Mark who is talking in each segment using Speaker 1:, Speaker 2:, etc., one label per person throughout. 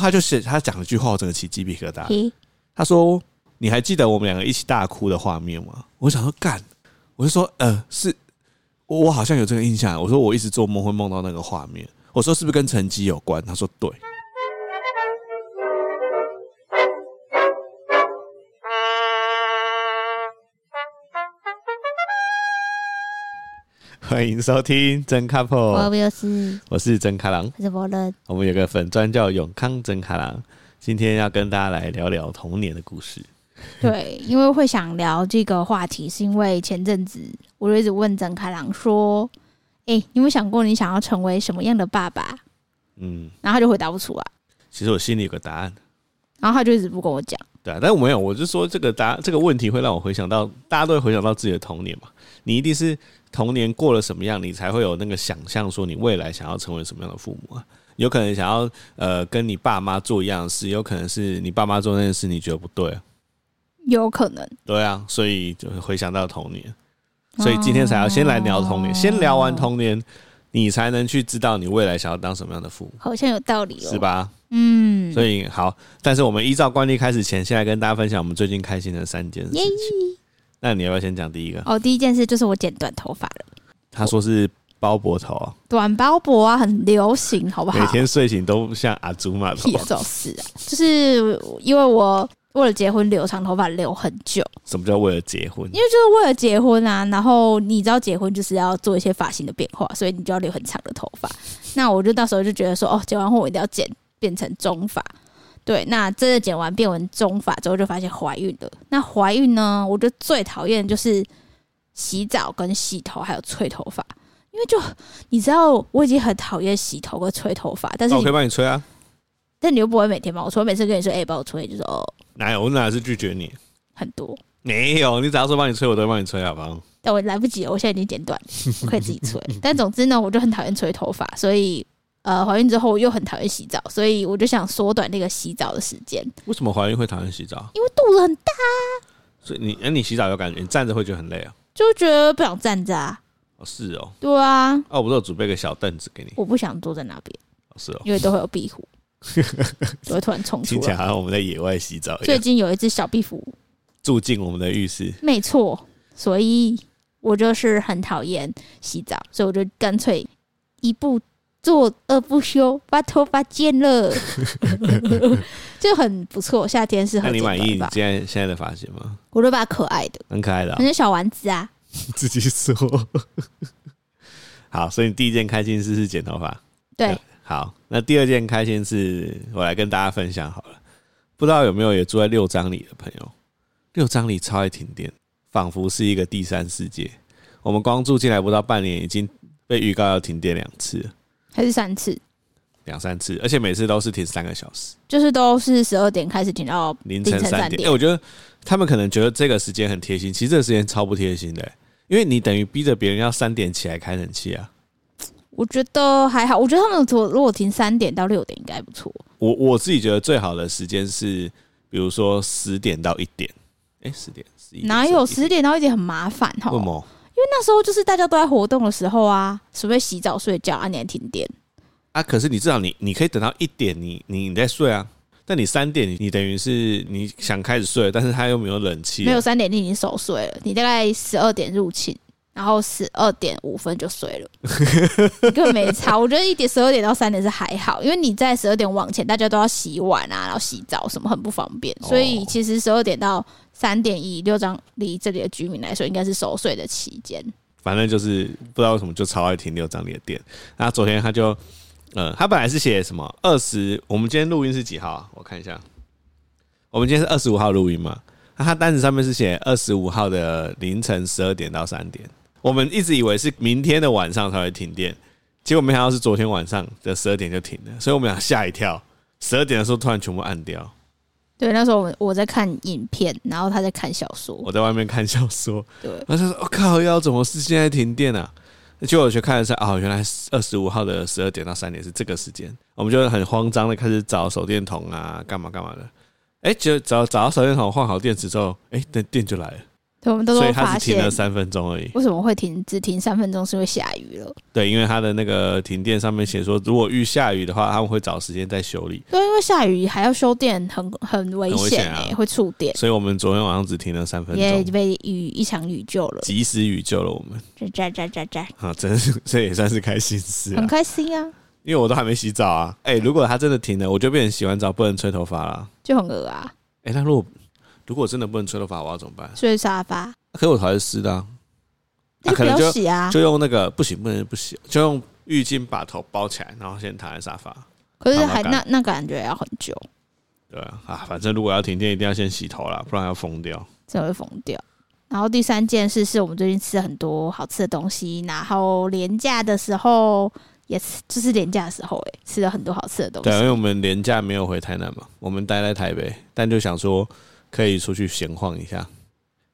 Speaker 1: 他就写他讲了一句话，我整个起鸡皮疙瘩。
Speaker 2: 嘿，
Speaker 1: 他说：“你还记得我们两个一起大哭的画面吗？”我想说干，我就说：“呃，是我我好像有这个印象。”我说：“我一直做梦会梦到那个画面。”我说：“是不是跟成绩有关？”他说：“对。” 欢迎收听真 couple，
Speaker 2: 我有是
Speaker 1: 我是真开朗。
Speaker 2: 我是伯乐，
Speaker 1: 我们有个粉专叫永康真卡郎，今天要跟大家来聊聊童年的故事。
Speaker 2: 对，因为会想聊这个话题，是因为前阵子我就一直问曾开朗说：“哎、你有没有想过你想要成为什么样的爸爸
Speaker 1: 嗯，？”
Speaker 2: 然后他就回答不出来，
Speaker 1: 其实我心里有个答案，
Speaker 2: 然后他就一直不跟我讲。
Speaker 1: 对啊，但我没有，我就说这个答这个问题会让我回想到，大家都会回想到自己的童年嘛。你一定是童年过了什么样，你才会有那个想象，说你未来想要成为什么样的父母啊？有可能想要呃跟你爸妈做一样的事，有可能是你爸妈做那件事你觉得不对啊，
Speaker 2: 有可能，
Speaker 1: 对啊，所以就回想到童年。所以今天才要先来聊童年，
Speaker 2: 哦
Speaker 1: 先聊完童年，你才能去知道你未来想要当什么样的父母，
Speaker 2: 好像有道理哦，
Speaker 1: 是？吧？
Speaker 2: 嗯，
Speaker 1: 所以好，但是我们依照惯例开始前，先来跟大家分享我们最近开心的三件事
Speaker 2: 耶
Speaker 1: 情。那你要不要先讲第一个？
Speaker 2: 哦，第一件事就是我剪短头发了，
Speaker 1: 他说是包脖头啊，
Speaker 2: 短包脖啊，很流行，好不好？
Speaker 1: 每天睡醒都像阿祖玛头
Speaker 2: 屁，就是啊，就是因为我为了结婚留长头发留很久。
Speaker 1: 什么叫为了结婚？
Speaker 2: 因为就是为了结婚啊，然后你知道结婚就是要做一些发型的变化，所以你就要留很长的头发。那我就到时候就觉得说，哦，结完婚我一定要剪变成中发。对，那真的剪完变成中发之后，就发现怀孕了。那怀孕呢，我就最讨厌的就是洗澡、跟洗头还有吹头发，因为就你知道我已经很讨厌洗头跟吹头发，但是
Speaker 1: 那我
Speaker 2: 你、
Speaker 1: 可以帮你吹啊，
Speaker 2: 但你又不会每天帮我吹，我每次跟你说，哎、帮我吹，就说哦
Speaker 1: 哪有？我哪是拒绝你？
Speaker 2: 很多，
Speaker 1: 没有，你只要说帮你吹，我都会帮你吹，好不好？
Speaker 2: 但我来不及了，我现在已经剪短了， 我可以自己吹。但总之呢，我就很讨厌吹头发，所以呃，怀孕之后我又很讨厌洗澡，所以我就想缩短那个洗澡的时间，
Speaker 1: 为什么怀孕会讨厌洗澡？
Speaker 2: 因为肚子很大，
Speaker 1: 所以你，哎，你洗澡有感觉，你站着会觉得很累啊？
Speaker 2: 就觉得不想站着啊。
Speaker 1: 哦，是哦，
Speaker 2: 对啊，
Speaker 1: 哦，我不是有准备个小凳子给你，
Speaker 2: 我不想坐在那边，
Speaker 1: 哦是哦，
Speaker 2: 因为都会有 壁虎，就会突然冲出
Speaker 1: 听起来
Speaker 2: 来。
Speaker 1: 好像我们在野外洗澡一
Speaker 2: 最
Speaker 1: 样，
Speaker 2: 近有一只小壁虎，
Speaker 1: 住进我们的浴室。
Speaker 2: 没错，所以我就是很讨厌洗澡，所以我就干脆一不做二不休，把头发剪了，就很不错。夏天适合
Speaker 1: 那你
Speaker 2: 剪
Speaker 1: 满意
Speaker 2: 短
Speaker 1: 你
Speaker 2: 发，
Speaker 1: 现在现在的发型吗？
Speaker 2: 我就把它可爱的，
Speaker 1: 很可爱的啊、
Speaker 2: 反正小丸子啊，
Speaker 1: 自己说。好，所以你第一件开心事是剪头发。
Speaker 2: 对，
Speaker 1: 好，那第二件开心事，我来跟大家分享好了。不知道有没有也住在六张里的朋友？六张里超爱停电，仿佛是一个第三世界。我们光住进来不到半年，已经被预告要停电两次了，
Speaker 2: 还是三次，
Speaker 1: 两三次，而且每次都是停三个小时。
Speaker 2: 就是都是十二点开始剪到
Speaker 1: 凌晨三
Speaker 2: 三
Speaker 1: 点。哎、
Speaker 2: 点
Speaker 1: 我觉得他们可能觉得这个时间很贴心，其实这个时间超不贴心的、欸因为你等于逼着别人要三点起来开冷气啊。
Speaker 2: 我觉得还好，我觉得他们如果如果停三点到六点应该不错。
Speaker 1: 我我自己觉得最好的时间是，比如说十点到一点。哎、十点十一
Speaker 2: 哪有十？点到一点很麻烦哈？
Speaker 1: 11为什么？
Speaker 2: 那时候就是大家都在活动的时候啊，除非洗澡睡觉啊，你还停电。
Speaker 1: 啊，可是你至少你你可以等到一点你，你你在睡啊。但你三点，你你等于是你想开始睡，但是他又没有冷气啊、
Speaker 2: 没有三点你已经熟睡了，你大概十二点入寝，然后十二点五分就睡了， 你根本没差。我觉得一点十二点到三点是还好，因为你在十二点往前，大家都要洗碗啊，然后洗澡什么很不方便，
Speaker 1: 哦
Speaker 2: 所以其实十二点到三点以六张离这里的居民来说，应该是熟睡的期间。
Speaker 1: 反正就是不知道为什么就超爱停留张力的店。那昨天他就，呃，他本来是写什么二十，我们今天录音是几号啊？我看一下，我们今天是二十五号录音嘛？那他单子上面是写二十五号的凌晨十二点到三点。我们一直以为是明天的晚上才会停电，结果没想到是昨天晚上的十二点就停了，所以我们俩吓一跳。十二点的时候突然全部按掉，
Speaker 2: 对，那时候我我在看影片，然后他在看小说。
Speaker 1: 我在外面看小说，
Speaker 2: 对，
Speaker 1: 然后他说：“我、靠，要怎么是现在停电啊？”结果我去看一下，哦，原来二十五号的十二点到三点是这个时间，我们就很慌张的开始找手电筒啊，干嘛干嘛的。哎、结果找找到手电筒换好电池之后，哎、电电就来了。
Speaker 2: 对，我们都
Speaker 1: 所以
Speaker 2: 说
Speaker 1: 他
Speaker 2: 发
Speaker 1: 只停了
Speaker 2: 现
Speaker 1: 三分钟而已。
Speaker 2: 为什么会停，只停三分钟是因为下雨了。
Speaker 1: 对，因为他的那个停电上面写说，如果遇下雨的话，他们会找时间再修理。
Speaker 2: 对，因为下雨还要修电，很很危
Speaker 1: 很危
Speaker 2: 险
Speaker 1: 险啊
Speaker 2: 哎、会触电，
Speaker 1: 所以我们昨天晚上只停了三分
Speaker 2: 也
Speaker 1: 钟，
Speaker 2: 被雨一场雨救了，
Speaker 1: 及时雨救了我们
Speaker 2: 这这这这这，
Speaker 1: 啊！真是这也算是开心事啊
Speaker 2: 很，开心啊，
Speaker 1: 因为我都还没洗澡啊。哎、如果他真的停了，我就变成洗完澡不能吹头发了。
Speaker 2: 就很恶啊，
Speaker 1: 哎、那如果如果真的不能吹头发，我要怎么办？
Speaker 2: 睡沙发，
Speaker 1: 可是我头是湿的、啊，
Speaker 2: 那就
Speaker 1: 可
Speaker 2: 不
Speaker 1: 能
Speaker 2: 要洗啊。
Speaker 1: 就用那个不行不能不行，就用浴巾把头包起来，然后先躺在沙发。
Speaker 2: 可是
Speaker 1: 好吧
Speaker 2: 还
Speaker 1: 干
Speaker 2: 那那感觉要很久，
Speaker 1: 对啊，啊反正如果要停电，一定要先洗头啦，不然要疯掉。
Speaker 2: 真的会疯掉。然后第三件事是我们最近吃了很多好吃的东西，然后廉价的时候也吃，就是廉价的时候、欸，哎，吃了很多好吃的东
Speaker 1: 对啊，因
Speaker 2: 西。
Speaker 1: 为我们年假没有回台南嘛，我们待在台北，但就想说可以出去闲晃一下。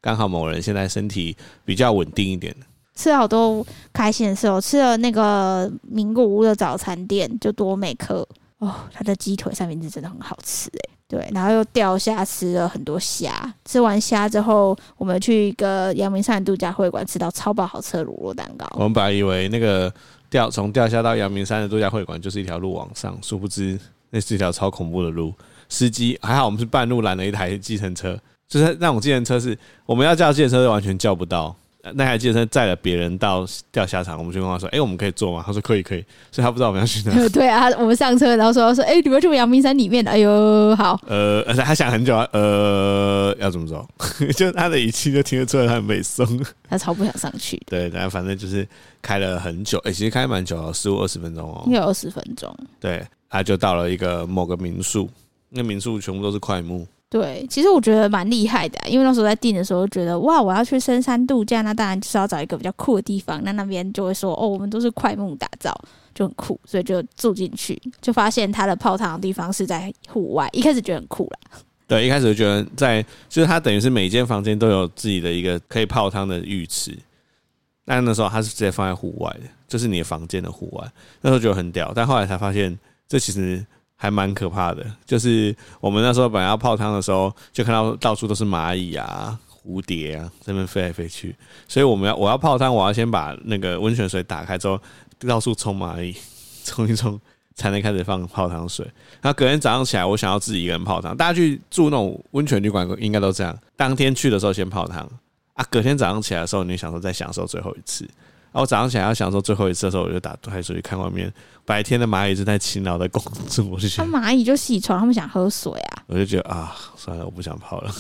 Speaker 1: 刚好某人现在身体比较稳定一点，
Speaker 2: 吃了好多开心的事哦，吃了那个名古屋的早餐店，就多美克哦，它的鸡腿三明治真的很好吃哎、对，然后又钓虾，吃了很多虾。吃完虾之后，我们去一个阳明山的度假会馆，吃到超爆好吃的乳酪蛋糕。
Speaker 1: 我们本来以为那个钓从钓虾到阳明山的度假会馆就是一条路往上，殊不知那是一条超恐怖的路。司机还好，我们是半路拦了一台计程车，就是那种计程车是我们要叫计程车，完全叫不到。呃那台计程车载了别人到钓虾场，我们就问他说：“哎、我们可以坐吗？”他说：“可以，可以。”所以他不知道我们要去哪。
Speaker 2: 对啊，我们上车，然后说说，哎、你们去阳明山里面？哎呦，好，
Speaker 1: 呃，而且他想很久啊，呃，要怎么走？ 就他的语气就听得出来他很美松。
Speaker 2: 他超不想上去的，
Speaker 1: 对，然后反正就是开了很久，哎、其实开蛮久了，十五二十分钟哦、
Speaker 2: 应该有二十分钟。
Speaker 1: 对，他就到了一个某个民宿，那民宿全部都是快木，
Speaker 2: 对，其实我觉得蛮厉害的啊、因为那时候在订的时候觉得，哇，我要去深山度假，那当然就是要找一个比较酷的地方。那那边就会说，哦，我们都是快木打造，就很酷，所以就住进去，就发现它的泡汤的地方是在户外。一开始觉得很酷啦，
Speaker 1: 对，一开始就觉得在，就是他等于是每间房间都有自己的一个可以泡汤的浴池，但那时候他是直接放在户外的，就是你的房间的户外，那时候觉得很屌，但后来才发现这其实还蛮可怕的，就是我们那时候本来要泡汤的时候，就看到到处都是蚂蚁啊。蝴蝶啊，在那边飞来飞去，所以我们要我要泡汤，我要先把那个温泉水打开之后，到处冲蚂蚁， 冲一冲，才能开始放泡汤水。然后隔天早上起来，我想要自己一个人泡汤。大家去住那种温泉旅馆，应该都这样。当天去的时候先泡汤啊，隔天早上起来的时候，你想说再享受最后一次。然后我早上起来要享受最后一次的时候，我就打开手机看外面，白天的蚂蚁正在勤劳的工作，我就觉
Speaker 2: 它
Speaker 1: 得，
Speaker 2: 啊蚂蚁就洗床，他们想喝水啊，
Speaker 1: 我就觉得啊，算了，我不想泡了。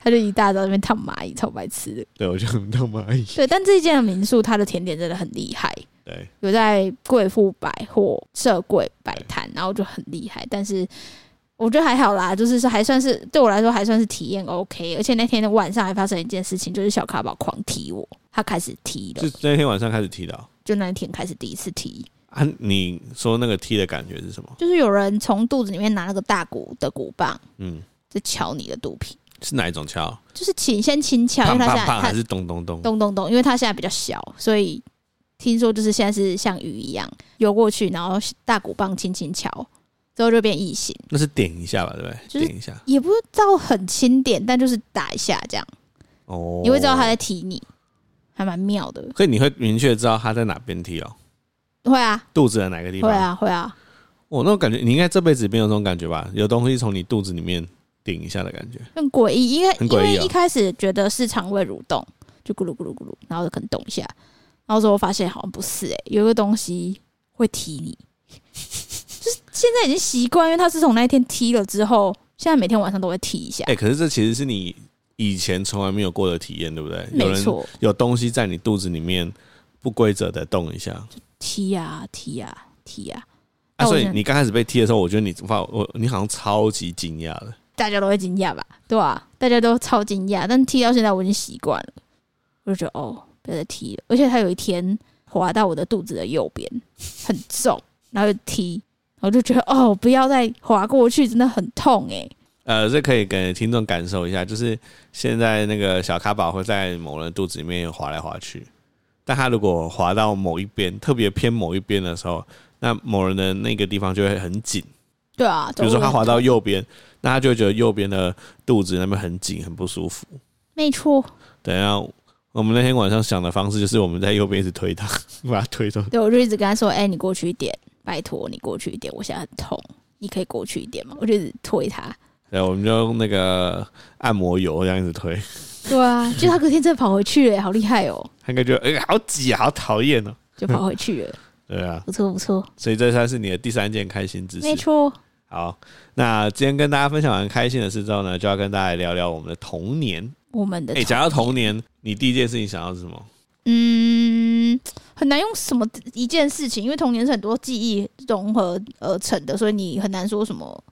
Speaker 2: 它就一大早在那边烫蚂蚁，超白痴的。
Speaker 1: 对，我就很多蚂蚁。
Speaker 2: 对，但这间的民宿它的甜点真的很厉害，
Speaker 1: 对，
Speaker 2: 有在贵妇百货设柜摆摊，然后就很厉害。但是我觉得还好啦，就是说还算是对我来说还算是体验 OK。而且那天的晚上还发生一件事情，就是小卡宝狂踢我，他开始踢了
Speaker 1: 就，那天晚上开始哦踢到
Speaker 2: 就那一天开始第一次踢，
Speaker 1: 啊，你说那个踢的感觉是什么？
Speaker 2: 就是有人从肚子里面拿了个大鼓的鼓棒
Speaker 1: 嗯，
Speaker 2: 在敲你的肚皮，
Speaker 1: 是哪一种敲？
Speaker 2: 就是请先轻敲，
Speaker 1: 胖
Speaker 2: 因为他现在
Speaker 1: 胖胖
Speaker 2: 他
Speaker 1: 还是咚咚咚？
Speaker 2: 咚咚咚，因为它现在比较小，所以听说就是现在是像鱼一样游过去，然后大鼓棒轻轻敲，之后就变异形，
Speaker 1: 那是点一下吧，对不对？
Speaker 2: 就是
Speaker 1: 点一下
Speaker 2: 也不是到很轻点，但就是打一下这样，
Speaker 1: 哦，
Speaker 2: 你会知道他在踢你，还蛮妙的。
Speaker 1: 所以你会明确知道他在哪边踢哦，
Speaker 2: 会啊，
Speaker 1: 肚子的哪个地
Speaker 2: 会
Speaker 1: 方？
Speaker 2: 啊，会啊，
Speaker 1: 哦，那种感觉，你应该这辈子没有这种感觉吧？有东西从你肚子里面顶一下的感觉，
Speaker 2: 很诡异，因为、
Speaker 1: 很
Speaker 2: 因
Speaker 1: 诡异
Speaker 2: 为
Speaker 1: 啊
Speaker 2: 一开始觉得是肠胃蠕动，就咕噜咕噜咕噜，然后可能动一下，然后之后发现好像不是、欸，有一个东西会踢你， 就是现在已经习惯，因为他自从那一天踢了之后，现在每天晚上都会踢一下，
Speaker 1: 哎、可是这其实是你以前从来没有过的体验，对不对？有
Speaker 2: 没
Speaker 1: 人
Speaker 2: 错，
Speaker 1: 有东西在你肚子里面不规则的动一下，
Speaker 2: 踢呀、踢呀、踢呀、
Speaker 1: 啊，
Speaker 2: 那我
Speaker 1: 所以
Speaker 2: 现在
Speaker 1: 你刚开始被踢的时候，我觉得你哇，我你好像超级惊讶的。
Speaker 2: 大家都会惊讶吧？对啊，大家都超惊讶，但踢到现在我已经习惯了，我就觉得哦，不要再踢了。而且他有一天滑到我的肚子的右边，很重，然后就踢，我就觉得哦，不要再滑过去，真的很痛欸诶、
Speaker 1: 呃，这可以给听众感受一下，就是现在那个小卡宝会在某人肚子里面滑来滑去，但他如果滑到某一边，特别偏某一边的时候，那某人的那个地方就会很紧。
Speaker 2: 对啊，
Speaker 1: 比如说他滑到
Speaker 2: 走路很痛，
Speaker 1: 右边，那他就会觉得右边的肚子那边很紧，很不舒服。
Speaker 2: 没错，
Speaker 1: 等一下，我们那天晚上想的方式就是我们在右边一直推他， 把他推走。
Speaker 2: 对我就一直跟他说：“哎、你过去一点，拜托你过去一点，我现在很痛，你可以过去一点吗？”我就一直推他。
Speaker 1: 对，我们就用那个按摩油这样一直推，
Speaker 2: 对啊，就他隔天真的跑回去了，好厉害哦，
Speaker 1: 他应该就哎、好挤啊，好讨厌哦。
Speaker 2: 就跑回 去了，
Speaker 1: 对啊，
Speaker 2: 不错不错，
Speaker 1: 所以这算是你的第三件开心之事
Speaker 2: 没。错。
Speaker 1: 好，那今天跟大家分享完开心的事之后呢，就要跟大家来聊聊我们的童年。
Speaker 2: 我们的
Speaker 1: 哎、讲到童年，你第一件事情想到是什么？
Speaker 2: 嗯，很难用什么一件事情，因为童年是很多记忆融合而成的，所以你很难说什么。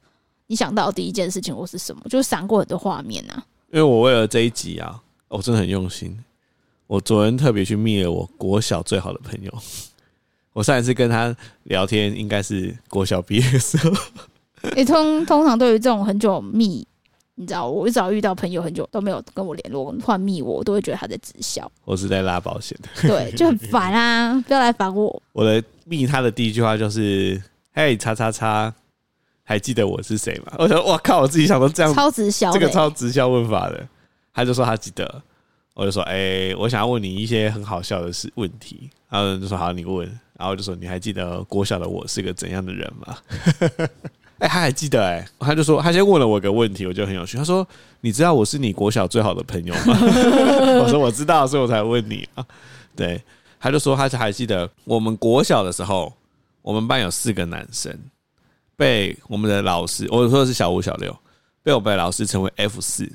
Speaker 2: 你想到的第一件事情或是什么，就是闪过很多画面 啊。
Speaker 1: 因为我为了这一集啊，我真的很用心。我昨天特别去密了我国小最好的朋友。我上一次跟他聊天，应该是国小毕业的时候。
Speaker 2: 也通通常对于这种很久密，你知道，我只要遇到朋友很久都没有跟我联络，突然密我，我都会觉得他在直 销，
Speaker 1: 我是在拉保险的。
Speaker 2: 对，就很 烦啊！不要来烦我，
Speaker 1: 我的密他的第一句话就是：“嘿，叉叉叉，还记得我是谁吗？”我想，哇靠，我自己想说这样
Speaker 2: 超直销
Speaker 1: 这
Speaker 2: 的、
Speaker 1: 个超直销问法的，他就说他记得，我就说，哎、我想要问你一些很好笑的事问题，然后就说好，你问，然后我就说你还记得国小的我是个怎样的人吗？ 哎、他还记得哎、他就说他先问了我一个问题，我就很有趣。他说：“你知道我是你国小最好的朋友吗？” 我说：“我知道，所以我才问你啊。”对，他就说他还记得我们国小的时候，我们班有四个男生被我们的老师，我说的是小五、小六，被我们的老师称为 F 四，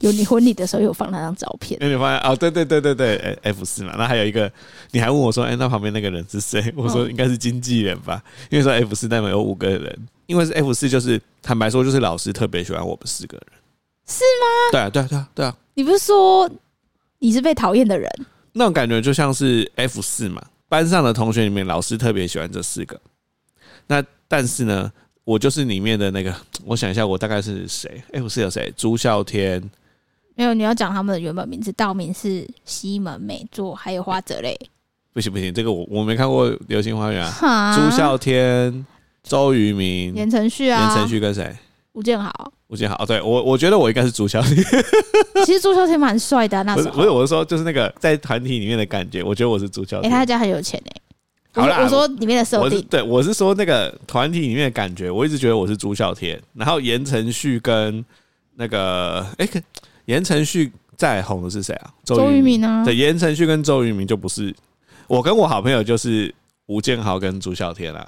Speaker 2: 有你婚礼的时候有放那张照 片，
Speaker 1: 因为你发现哦，对对对对对哎，F 四嘛。那还有一个，你还问我说，哎、那旁边那个人是谁？我说
Speaker 2: 嗯
Speaker 1: 应该是经纪人吧，因为说 F 四代表有五个人，因为是 F 四，就是坦白说，就是老师特别喜欢我们四个人，
Speaker 2: 是吗？
Speaker 1: 对啊，对啊，对啊，对啊，
Speaker 2: 你不是说你是被讨厌的人？
Speaker 1: 那种感觉就像是 F 四嘛，班上的同学里面，老师特别喜欢这四个。那但是呢，我就是里面的那个，我想一下，我大概是谁？F 四有谁？朱孝天，
Speaker 2: 没有，你要讲他们的原本名字，道明是西门美作，还有花泽类。
Speaker 1: 不行不行，这个我我没看过《流星花园》啊。
Speaker 2: 哈
Speaker 1: 朱孝天、周渝民、
Speaker 2: 言承旭啊，
Speaker 1: 言承旭跟谁？
Speaker 2: 吴建豪。
Speaker 1: 吴建豪。哦，对我我觉得我应该是朱孝天，
Speaker 2: 其实朱孝天蛮帅的啊、那
Speaker 1: 不
Speaker 2: 时
Speaker 1: 是
Speaker 2: 候。
Speaker 1: 不是，我是说就是那个在团体里面的感觉，我觉得我是朱孝
Speaker 2: 哎、
Speaker 1: 天。
Speaker 2: 他家很有钱哎、我
Speaker 1: 好啦
Speaker 2: 我说里面的设
Speaker 1: 我是
Speaker 2: 定，
Speaker 1: 对，我是说那个团体里面的感觉，我一直觉得我是朱孝天，然后言承旭跟那个哎、可言承旭在红的是谁啊？
Speaker 2: 周渝
Speaker 1: 渝
Speaker 2: 民啊，
Speaker 1: 对，言承旭跟周渝民就不是我跟我好朋友就是吴建豪跟朱孝天啦。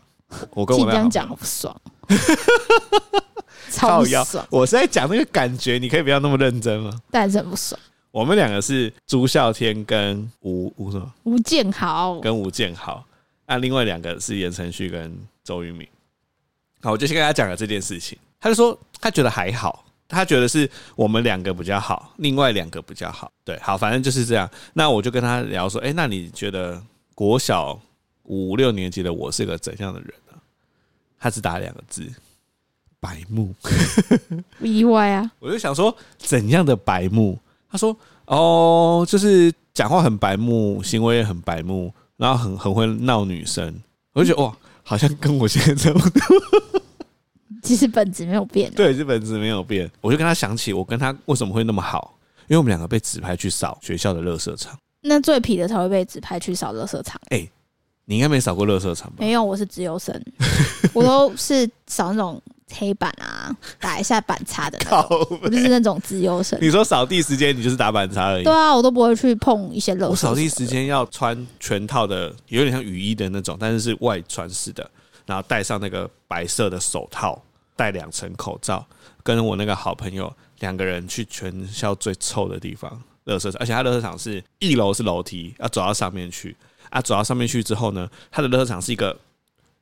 Speaker 1: 我我跟
Speaker 2: 自
Speaker 1: 我那
Speaker 2: 己这
Speaker 1: 好
Speaker 2: 样
Speaker 1: 朋
Speaker 2: 讲
Speaker 1: 友
Speaker 2: 好不爽， 超不
Speaker 1: 靠腰
Speaker 2: 爽，
Speaker 1: 我是在讲那个感觉，你可以不要那么认真吗？
Speaker 2: 但是很不爽。
Speaker 1: 我们两个是朱孝天跟吴吴什么
Speaker 2: 吴建豪，
Speaker 1: 跟吴建豪，那另外两个是言承旭跟周渝民。好，我就先跟他讲了这件事情，他就说他觉得还好，他觉得是我们两个比较好，另外两个比较好。对，好，反正就是这样。那我就跟他聊说，哎、那你觉得国小五六年级的我是个怎样的人呢、他只打两个字，白目。
Speaker 2: 不意外啊，
Speaker 1: 我就想说怎样的白目？他说哦，就是讲话很白目，行为也很白目，然后很很会闹女生。我就觉得哇，好像跟我现在这样，
Speaker 2: 其实本质没有变、啊。
Speaker 1: 对，日本子没有变。我就跟他想起我跟他为什么会那么好，因为我们两个被指派去扫学校的垃圾场。
Speaker 2: 那最痞的才会被指派去扫垃圾场，
Speaker 1: 你应该没扫过垃圾场吧？
Speaker 2: 没有，我是自由生， 我都是扫那种黑板啊，打一下板擦的那
Speaker 1: 靠
Speaker 2: 种， 我就是
Speaker 1: 北
Speaker 2: 那种自由生。
Speaker 1: 你说扫地时间，你就是打板擦而已
Speaker 2: 对。啊，我都不会去碰一些垃圾。
Speaker 1: 我扫地时，间要穿全套的，有点像雨衣的那种，但是是外穿式的，然后戴上那个白色的手套，戴两层口罩，跟我那个好朋友两个人去全校最臭的地方——垃圾场。而且它垃圾场是一楼是楼梯，要走到上面去啊，走到上面去之后呢，它的垃圾场是一个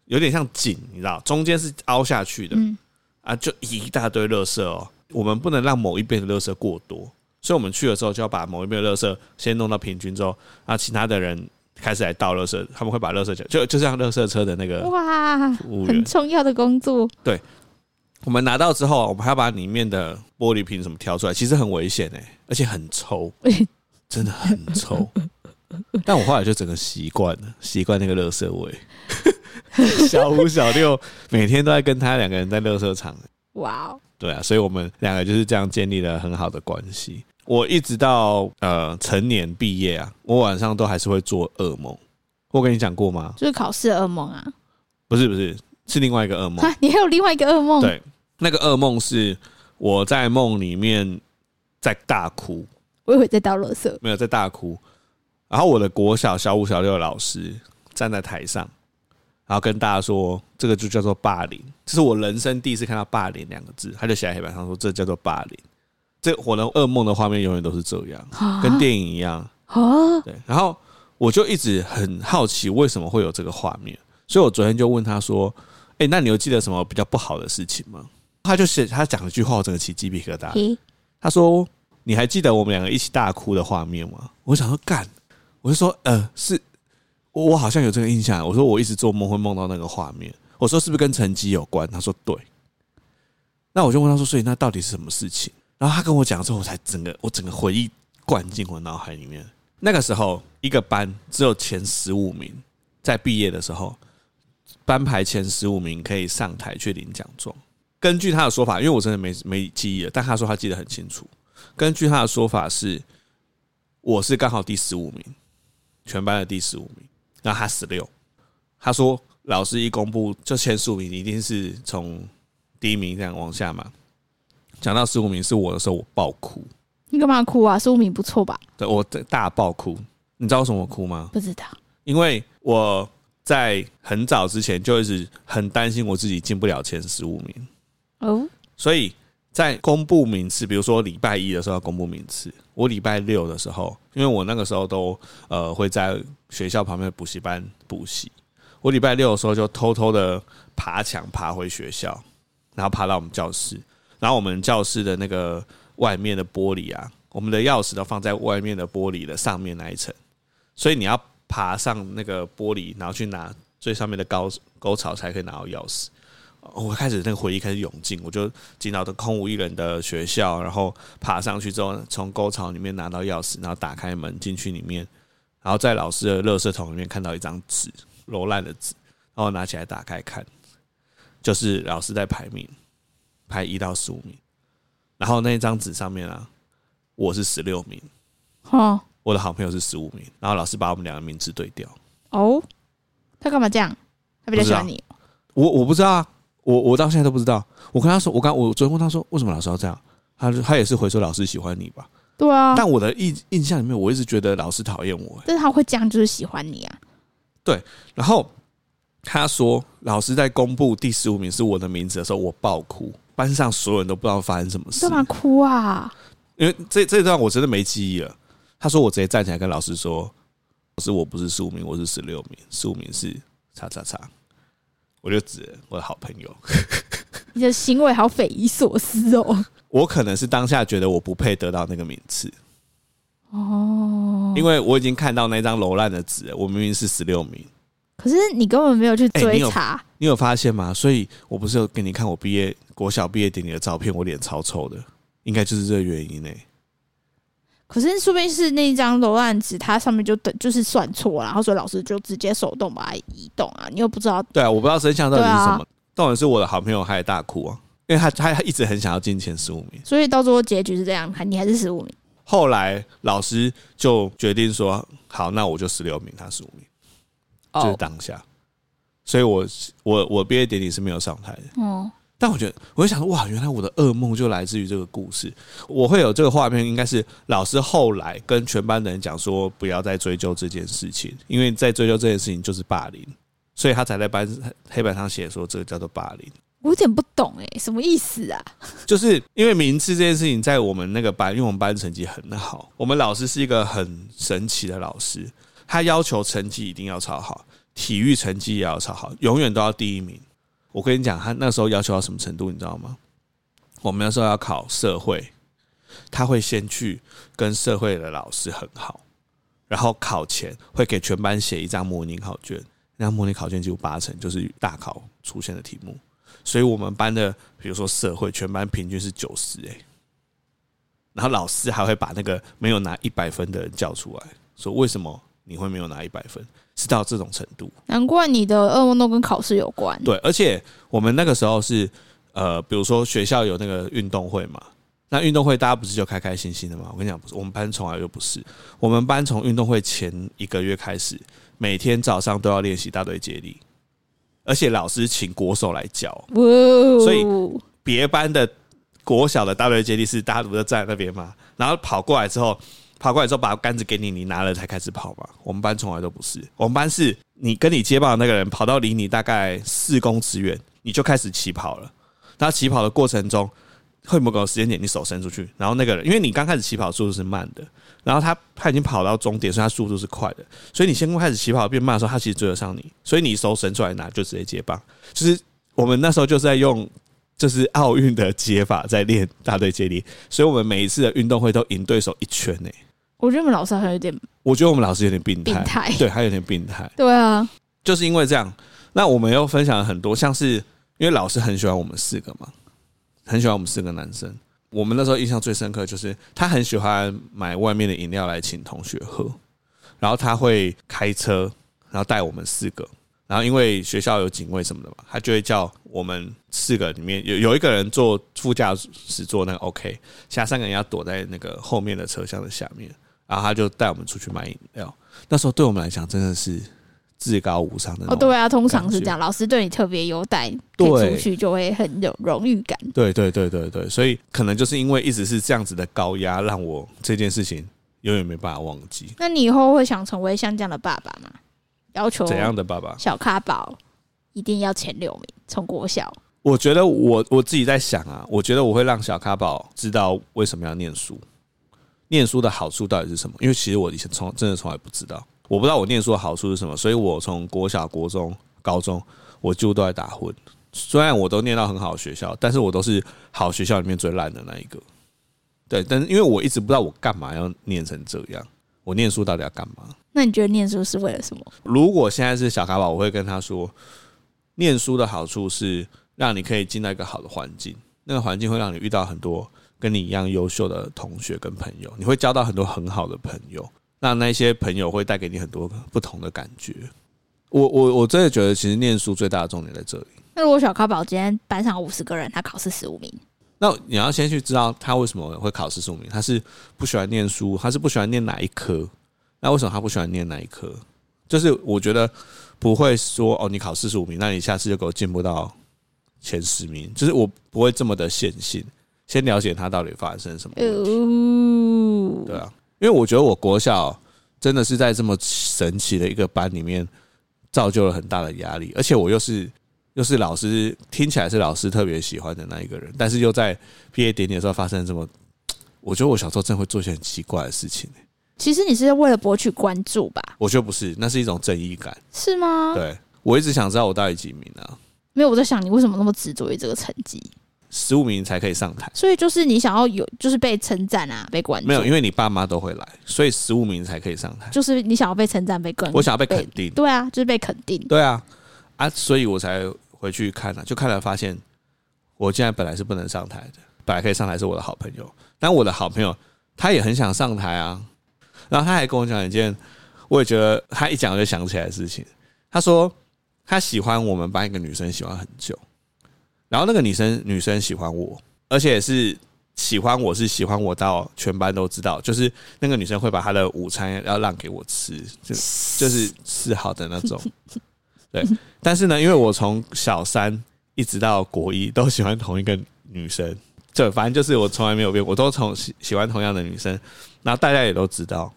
Speaker 1: 有点像井，你知道，中间是凹下去的，
Speaker 2: 嗯，
Speaker 1: 啊，就一大堆垃圾哦。我们不能让某一边的垃圾过多，所以我们去的时候就要把某一边的垃圾先弄到平均之后，啊，其他的人开始来倒垃圾，他们会把垃圾捡就就像垃圾车的那个
Speaker 2: 哇，
Speaker 1: 服务员
Speaker 2: 很，重要的工作，
Speaker 1: 我们拿到之后，我们还要把里面的玻璃瓶什么挑出来，其实很危险哎、而且很臭，真的很臭。但我后来就整个习惯了，习惯那个垃圾味。 小五、小六每天都在跟他两个人在垃圾场
Speaker 2: 哇哦。
Speaker 1: 对啊，所以我们两个就是这样建立了很好的关系。我一直到呃成年毕业啊，我晚上都还是会做噩梦。我跟你讲过吗？
Speaker 2: 就是考试的噩梦啊！
Speaker 1: 不是不是，是另外一个噩梦。
Speaker 2: 哈， 你还有另外一个噩梦，
Speaker 1: 对，那个噩梦是我在梦里面在大哭，
Speaker 2: 我以为在倒垃圾，
Speaker 1: 没有在大哭。然后我的国小小五小六的老师站在台上，然后跟大家说，这个就叫做霸凌。这是我人生第一次看到“霸凌”两个字，他就写在黑板上说，这叫做霸凌。这我的噩梦的画面永远都是这样，
Speaker 2: 啊
Speaker 1: 跟电影一样。
Speaker 2: 哦，
Speaker 1: 对，然后我就一直很好奇为什么会有这个画面，所以我昨天就问他说：“哎、那你有记得什么比较不好的事情吗？”他就写他讲了一句话，我整个起鸡皮疙瘩。
Speaker 2: 嘿，
Speaker 1: 他说：“你还记得我们两个一起大哭的画面吗？”我想说干，我就说：“呃，是我我好像有这个印象。”我说：“我一直做梦会梦到那个画面。”我说：“是不是跟成绩有关？”他说：“对。”那我就问他说：“所以那到底是什么事情？”然后他跟我讲之后，我才整个我整个回忆灌进我脑海里面。那个时候，一个班只有前十五名，在毕业的时候，班排前十五名可以上台去领奖状。根据他的说法，因为我真的没没记忆了，但他说他记得很清楚。根据他的说法是，我是刚好第十五名，全班的第十五名，然后他十六。他说老师一公布就前十五名，一定是从第一名这样往下嘛。讲到十五名是我的时候，我爆哭，
Speaker 2: 你干嘛哭啊？十五名不错吧？
Speaker 1: 对我大爆哭。你知道为什么我哭吗？
Speaker 2: 不知道，
Speaker 1: 因为我在很早之前就一直很担心我自己进不了前十五名。
Speaker 2: 哦，
Speaker 1: 所以在公布名次，比如说礼拜一的时候要公布名次，我礼拜六的时候，因为我那个时候都呃会在学校旁边的补习班补习，我礼拜六的时候就偷偷的爬墙爬回学校，然后爬到我们教室，然后我们教室的那个外面的玻璃啊，我们的钥匙都放在外面的玻璃的上面那一层，所以你要爬上那个玻璃，然后去拿最上面的高沟槽才可以拿到钥匙。我开始那个回忆开始涌进，我就进到的空无一人的学校，然后爬上去之后，从沟槽里面拿到钥匙，然后打开门进去里面，然后在老师的垃圾桶里面看到一张纸，揉烂的纸，然后拿起来打开看，就是老师在排名，排一到十五名，然后那张纸上面啊，我是十六名，
Speaker 2: 哦，
Speaker 1: 我的好朋友是十五名，然后老师把我们两个名字对调，
Speaker 2: 哦，他干嘛这样？他比较喜欢
Speaker 1: 不
Speaker 2: 你，
Speaker 1: 我我不知道啊，我我到现在都不知道。我跟他说，我刚我昨天问他说，为什么老师要这样？他就他也是回说老师喜欢你吧。
Speaker 2: 对啊，
Speaker 1: 但我的印印象里面，我一直觉得老师讨厌我、欸
Speaker 2: 但是他会这样就是喜欢你啊，
Speaker 1: 然后他说，老师在公布第十五名是我的名字的时候，我爆哭，班上所有人都不知道发生什么
Speaker 2: 你
Speaker 1: 事
Speaker 2: 干。嘛哭啊？
Speaker 1: 因为这这段我真的没记忆了。他说我直接站起来跟老师说，老师我不是十五名，我是十六名，十五名是叉叉叉。我就指我的好朋友，
Speaker 2: 你的行为好匪夷所思哦。
Speaker 1: 我可能是当下觉得我不配得到那个名次，
Speaker 2: 哦，
Speaker 1: 因为我已经看到那张揉烂的纸了，我明明是十六名，
Speaker 2: 可是你根本没有去
Speaker 1: 哎你
Speaker 2: 追
Speaker 1: 有
Speaker 2: 查，
Speaker 1: 你有发现吗？所以我不是有给你看我毕业国小毕业典礼的照片，我脸超臭的，应该就是这个原因呢、
Speaker 2: 可是说不定是那一张楼案纸，它上面就等就是算错了，然后所以老师就直接手动把它移动啊，你又不知道。
Speaker 1: 对啊，我不知道真相到底是
Speaker 2: 对啊
Speaker 1: 什么。重点是我的好朋友他也大哭啊，因为他他他一直很想要进前十五名。
Speaker 2: 所以到最后结局是这样，还你还是十五名，
Speaker 1: 后来老师就决定说，好，那我就十六名，他十五名，
Speaker 2: 哦
Speaker 1: 就是当下。所以我我我毕业典礼是没有上台的。
Speaker 2: 哦，
Speaker 1: 但我觉得，我就想说，哇，原来我的噩梦就来自于这个故事。我会有这个画面，应该是老师后来跟全班的人讲说，不要再追究这件事情，因为再追究这件事情就是霸凌，所以他才在班黑板上写说这个叫做霸凌。
Speaker 2: 我有点不懂哎、什么意思啊？
Speaker 1: 就是因为名次这件事情，在我们那个班，因为我们班成绩很好，我们老师是一个很神奇的老师，他要求成绩一定要超好，体育成绩也要超好，永远都要第一名。我跟你讲，他那时候要求到什么程度，你知道吗？我们那时候要考社会，他会先去跟社会的老师很好，然后考前会给全班写一张模拟考卷，那模拟考卷几乎八成就是大考出现的题目。所以我们班的，比如说社会，全班平均是九十哎，然后老师还会把那个没有拿一百分的人叫出来，说为什么你会没有拿一百分，是到这种程度。
Speaker 2: 难怪你的噩梦都跟考试有关。
Speaker 1: 对，而且我们那个时候是呃，比如说学校有那个运动会嘛，那运动会大家不是就开开心心的吗？我跟你讲，不是，我们班从来就不是。我们班从运动会前一个月开始，每天早上都要练习大队接力，而且老师请国手来教。
Speaker 2: 哇哦，
Speaker 1: 所以别班的国小的大队接力是大家不是站在那边吗？然后跑过来之后，跑过来之后把杆子给你，你拿了才开始跑嘛。我们班从来都不是，我们班是你跟你接棒的那个人跑到离你大概四公尺远，你就开始起跑了。那起跑的过程中，会某个时间点你手伸出去，然后那个人因为你刚开始起跑速度是慢的，然后他他已经跑到终点，所以他速度是快的，所以你先开始起跑变慢的时候，他其实追得上你，所以你手伸出来拿就直接接棒。就是我们那时候就是在用就是奥运的接法在练大队接力，所以我们每一次的运动会都赢对手一圈呢、
Speaker 2: 我觉得我们老师好像有点
Speaker 1: 我觉得我们老师有点病态，
Speaker 2: 病态
Speaker 1: 对他有点病态，
Speaker 2: 对啊，
Speaker 1: 就是因为这样。那我们又分享了很多，像是因为老师很喜欢我们四个嘛，很喜欢我们四个男生。我们那时候印象最深刻就是他很喜欢买外面的饮料来请同学喝，然后他会开车，然后带我们四个。然后因为学校有警卫什么的嘛，他就会叫我们四个里面有有一个人坐副驾驶座那个 OK，其他三个人要躲在那个后面的车厢的下面。然后他就带我们出去买饮料。那时候对我们来讲真的是至高无上的那
Speaker 2: 哦
Speaker 1: 种
Speaker 2: 对啊，通常是这样，老师对你特别优待，可以
Speaker 1: 对
Speaker 2: 出去就会很有荣誉感。
Speaker 1: 对对对对对，所以可能就是因为一直是这样子的高压，让我这件事情永远没办法忘记。
Speaker 2: 那你以后会想成为像这样的爸爸吗？要求
Speaker 1: 怎样的爸爸？
Speaker 2: 小咖宝一定要前六名，从国小
Speaker 1: 我觉得我我自己在想啊，我觉得我会让小咖宝知道为什么要念书，念书的好处到底是什么？因为其实我以前从真的从来不知道，我不知道我念书的好处是什么，所以我从国小、国中、高中，我几乎都在打混。虽然我都念到很好的学校，但是我都是好学校里面最烂的那一个。对，但是因为我一直不知道我干嘛要念成这样，我念书到底要干嘛？
Speaker 2: 那你觉得念书是为了什么？
Speaker 1: 如果现在是小卡宝，我会跟他说，念书的好处是让你可以进到一个好的环境，那个环境会让你遇到很多跟你一样优秀的同学跟朋友，你会交到很多很好的朋友，那那些朋友会带给你很多不同的感觉。我我我真的觉得，其实念书最大的重点在这里。
Speaker 2: 那如果小咖宝今天班上五十个人，他考试十五名，
Speaker 1: 那你要先去知道他为什么会考四十五名，他是不喜欢念书，他是不喜欢念哪一科？那为什么他不喜欢念哪一科？就是我觉得不会说哦，你考四十五名，那你下次就给我进步到前十名，就是我不会这么的线性，先了解他到底发生什么
Speaker 2: 呃
Speaker 1: 问题。
Speaker 2: 哦，
Speaker 1: 对啊，因为我觉得我国小真的是在这么神奇的一个班里面，造就了很大的压力，而且我又是又是老师，听起来是老师特别喜欢的那一个人，但是又在毕业典礼的时候发生这么，我觉得我小时候真的会做一些很奇怪的事情、
Speaker 2: 其实你是为了博取关注吧？
Speaker 1: 我觉得不是，那是一种正义感。
Speaker 2: 是吗？
Speaker 1: 对我一直想知道我到底几名啊，
Speaker 2: 没有，我在想你为什么那么执着于这个成绩？
Speaker 1: 十五名才可以上台。
Speaker 2: 所以就是你想要有，就是被称赞啊，被关注，
Speaker 1: 没有，因为你爸妈都会来，所以十五名才可以上台。
Speaker 2: 就是你想要被称赞，被关注，
Speaker 1: 我想要被肯定，
Speaker 2: 对啊，就是被肯定。
Speaker 1: 对啊，啊，所以我才回去看了、啊就看了发现，我现在本来是不能上台的，本来可以上台是我的好朋友，但我的好朋友他也很想上台啊，然后他还跟我讲一件，我也觉得他一讲我就想起来的事情，他说他喜欢我们班一个女生喜欢很久，然后那个女生女生喜欢我，而且是。喜欢我是喜欢我到全班都知道，就是那个女生会把她的午餐要让给我吃，就就是吃好的那种。 但是呢，因为我从小三一直到国一都喜欢同一个女生，这反正就是我从来没有变，我都从喜喜欢同样的女生，然后大家也都知道，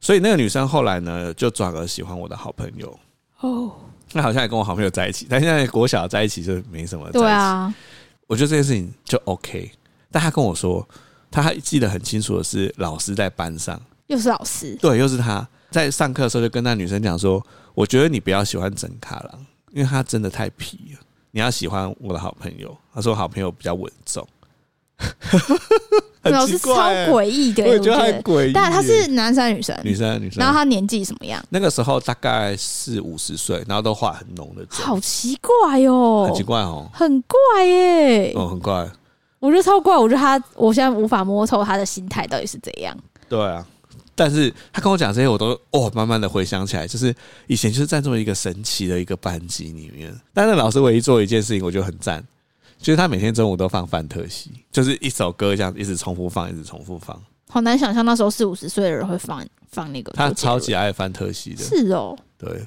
Speaker 1: 所以那个女生后来呢就转而喜欢我的好朋友，
Speaker 2: 哦，
Speaker 1: 那好像也跟我好朋友在一起，但现在国小在一起就没什么在一起。
Speaker 2: 对啊，
Speaker 1: 我觉得这件事情就 OK，但他跟我说，他还记得很清楚的是老师在班上。
Speaker 2: 又是老师，
Speaker 1: 对，又是他在上课的时候就跟那女生讲说：“我觉得你不要喜欢整卡郎，因为他真的太皮了。你要喜欢我的好朋友。”他说：“好朋友比较稳重。很
Speaker 2: 老师
Speaker 1: 奇
Speaker 2: 超
Speaker 1: 怪欸”
Speaker 2: 诡异的，
Speaker 1: 我也
Speaker 2: 我
Speaker 1: 觉得他很诡异耶。欸
Speaker 2: 但他是男生还是女生？
Speaker 1: 女生，女生。
Speaker 2: 然后他年纪怎么样？
Speaker 1: 那个时候大概四五十岁，然后都化很浓的妆，
Speaker 2: 好奇怪哦
Speaker 1: 很，奇怪哦，
Speaker 2: 很怪耶！
Speaker 1: 哦，很怪。
Speaker 2: 我觉得超怪，我觉得他，我现在无法摸透他的心态到底是怎样。
Speaker 1: 对啊，但是他跟我讲这些，我都哦，慢慢的回想起来，就是以前就是在这么一个神奇的一个班级里面，但是老师唯一做一件事情，我觉得很赞，就是他每天中午都放范特西，就是一首歌这样一直重复放，一直重复放。
Speaker 2: 好难想象那时候四五十岁的人会放放那个周杰
Speaker 1: 他
Speaker 2: 伦。
Speaker 1: 超级爱范特西的，
Speaker 2: 是哦，
Speaker 1: 对。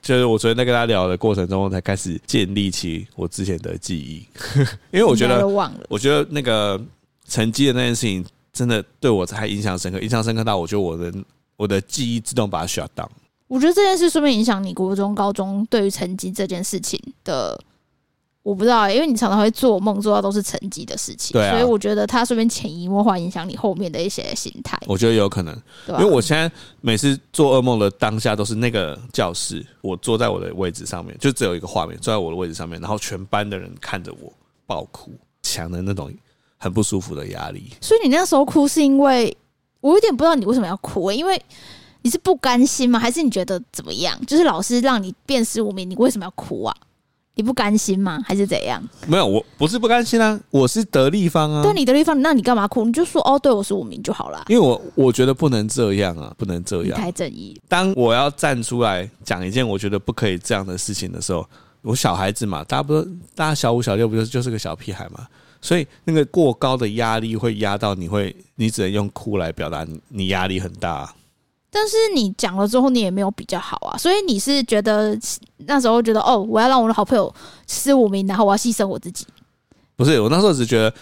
Speaker 1: 就是我昨天在跟他聊的过程中，我才开始建立起我之前的记忆， 因为我觉
Speaker 2: 应该
Speaker 1: 得
Speaker 2: 都忘了。
Speaker 1: 我觉得那个成绩的那件事情，真的对我太印象深刻，印象深刻到我觉得我的我的记忆自动把它 shut down。
Speaker 2: 我觉得这件事说明影响你国中、高中对于成绩这件事情的，我不知道欸、因为你常常会做梦，做到都是成绩的事情，
Speaker 1: 对啊
Speaker 2: 所以我觉得它说明潜移默化影响你后面的一些心态，
Speaker 1: 我觉得有可能，
Speaker 2: 对
Speaker 1: 因
Speaker 2: 吧、
Speaker 1: 为我现在每次做噩梦的当下都是那个教室，我坐在我的位置上面，就只有一个画面，坐在我的位置上面，然后全班的人看着我爆哭，强的那种很不舒服的压力。
Speaker 2: 所以你那时候哭是因为我有点不知道你为什么要哭、欸，因为你是不甘心吗？还是你觉得怎么样？就是老师让你辨识无名，你为什么要哭啊？你不甘心吗？还是怎样？
Speaker 1: 没有，我不是不甘心啊，我是得力方啊
Speaker 2: 对，你的地方，那你干嘛哭？你就说哦，对我是无名就好啦。
Speaker 1: 因为我我觉得不能这样啊，不能这
Speaker 2: 你
Speaker 1: 样。
Speaker 2: 太正义了，
Speaker 1: 当我要站出来讲一件我觉得不可以这样的事情的时候，我小孩子嘛，大家不都大家小五小六不就是就是个小屁孩嘛，所以那个过高的压力会压到你会，你只能用哭来表达你你压力很大啊、
Speaker 2: 但是你讲了之后，你也没有比较好啊，所以你是觉得那时候觉得哦，我要让我的好朋友吃无名，然后我要牺牲我自己。
Speaker 1: 不是，我那时候只觉得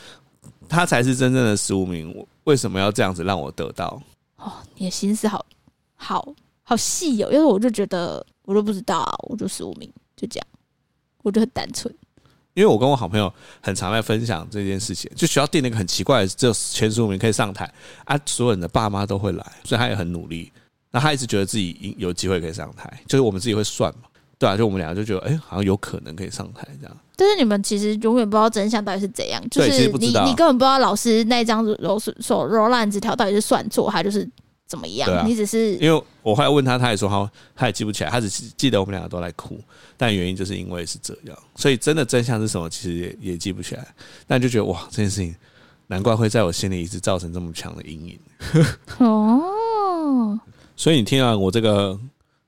Speaker 1: 他才是真正的十五名，我为什么要这样子让我得到？
Speaker 2: 哦，你的心思好好好细哦，因为我就觉得我都不知道、啊，我就十无名，就这样，我就很单纯。
Speaker 1: 因为我跟我好朋友很常在分享这件事情，就学校定了一个很奇怪的，只有前十五名可以上台啊，所有人的爸妈都会来，所以他也很努力。那他一直觉得自己应有机会可以上台，就是我们自己会算嘛，对啊，就我们两个就觉得，哎、好像有可能可以上台这样。
Speaker 2: 但是你们其实永远不知道真相到底是怎样，就
Speaker 1: 对其
Speaker 2: 是
Speaker 1: 实不
Speaker 2: 你
Speaker 1: 知道
Speaker 2: 你根本不知道老师那张揉手揉烂纸条到底是算错还就是怎么样，
Speaker 1: 对啊
Speaker 2: 你只是
Speaker 1: 因为我后来问他，他也说他他也记不起来，他只记得我们两个都在哭，但原因就是因为是这样，所以真的真相是什么，其实也也记不起来，但就觉得哇，这件事情难怪会在我心里一直造成这么强的阴影。
Speaker 2: 哦，
Speaker 1: 所以你听完我这个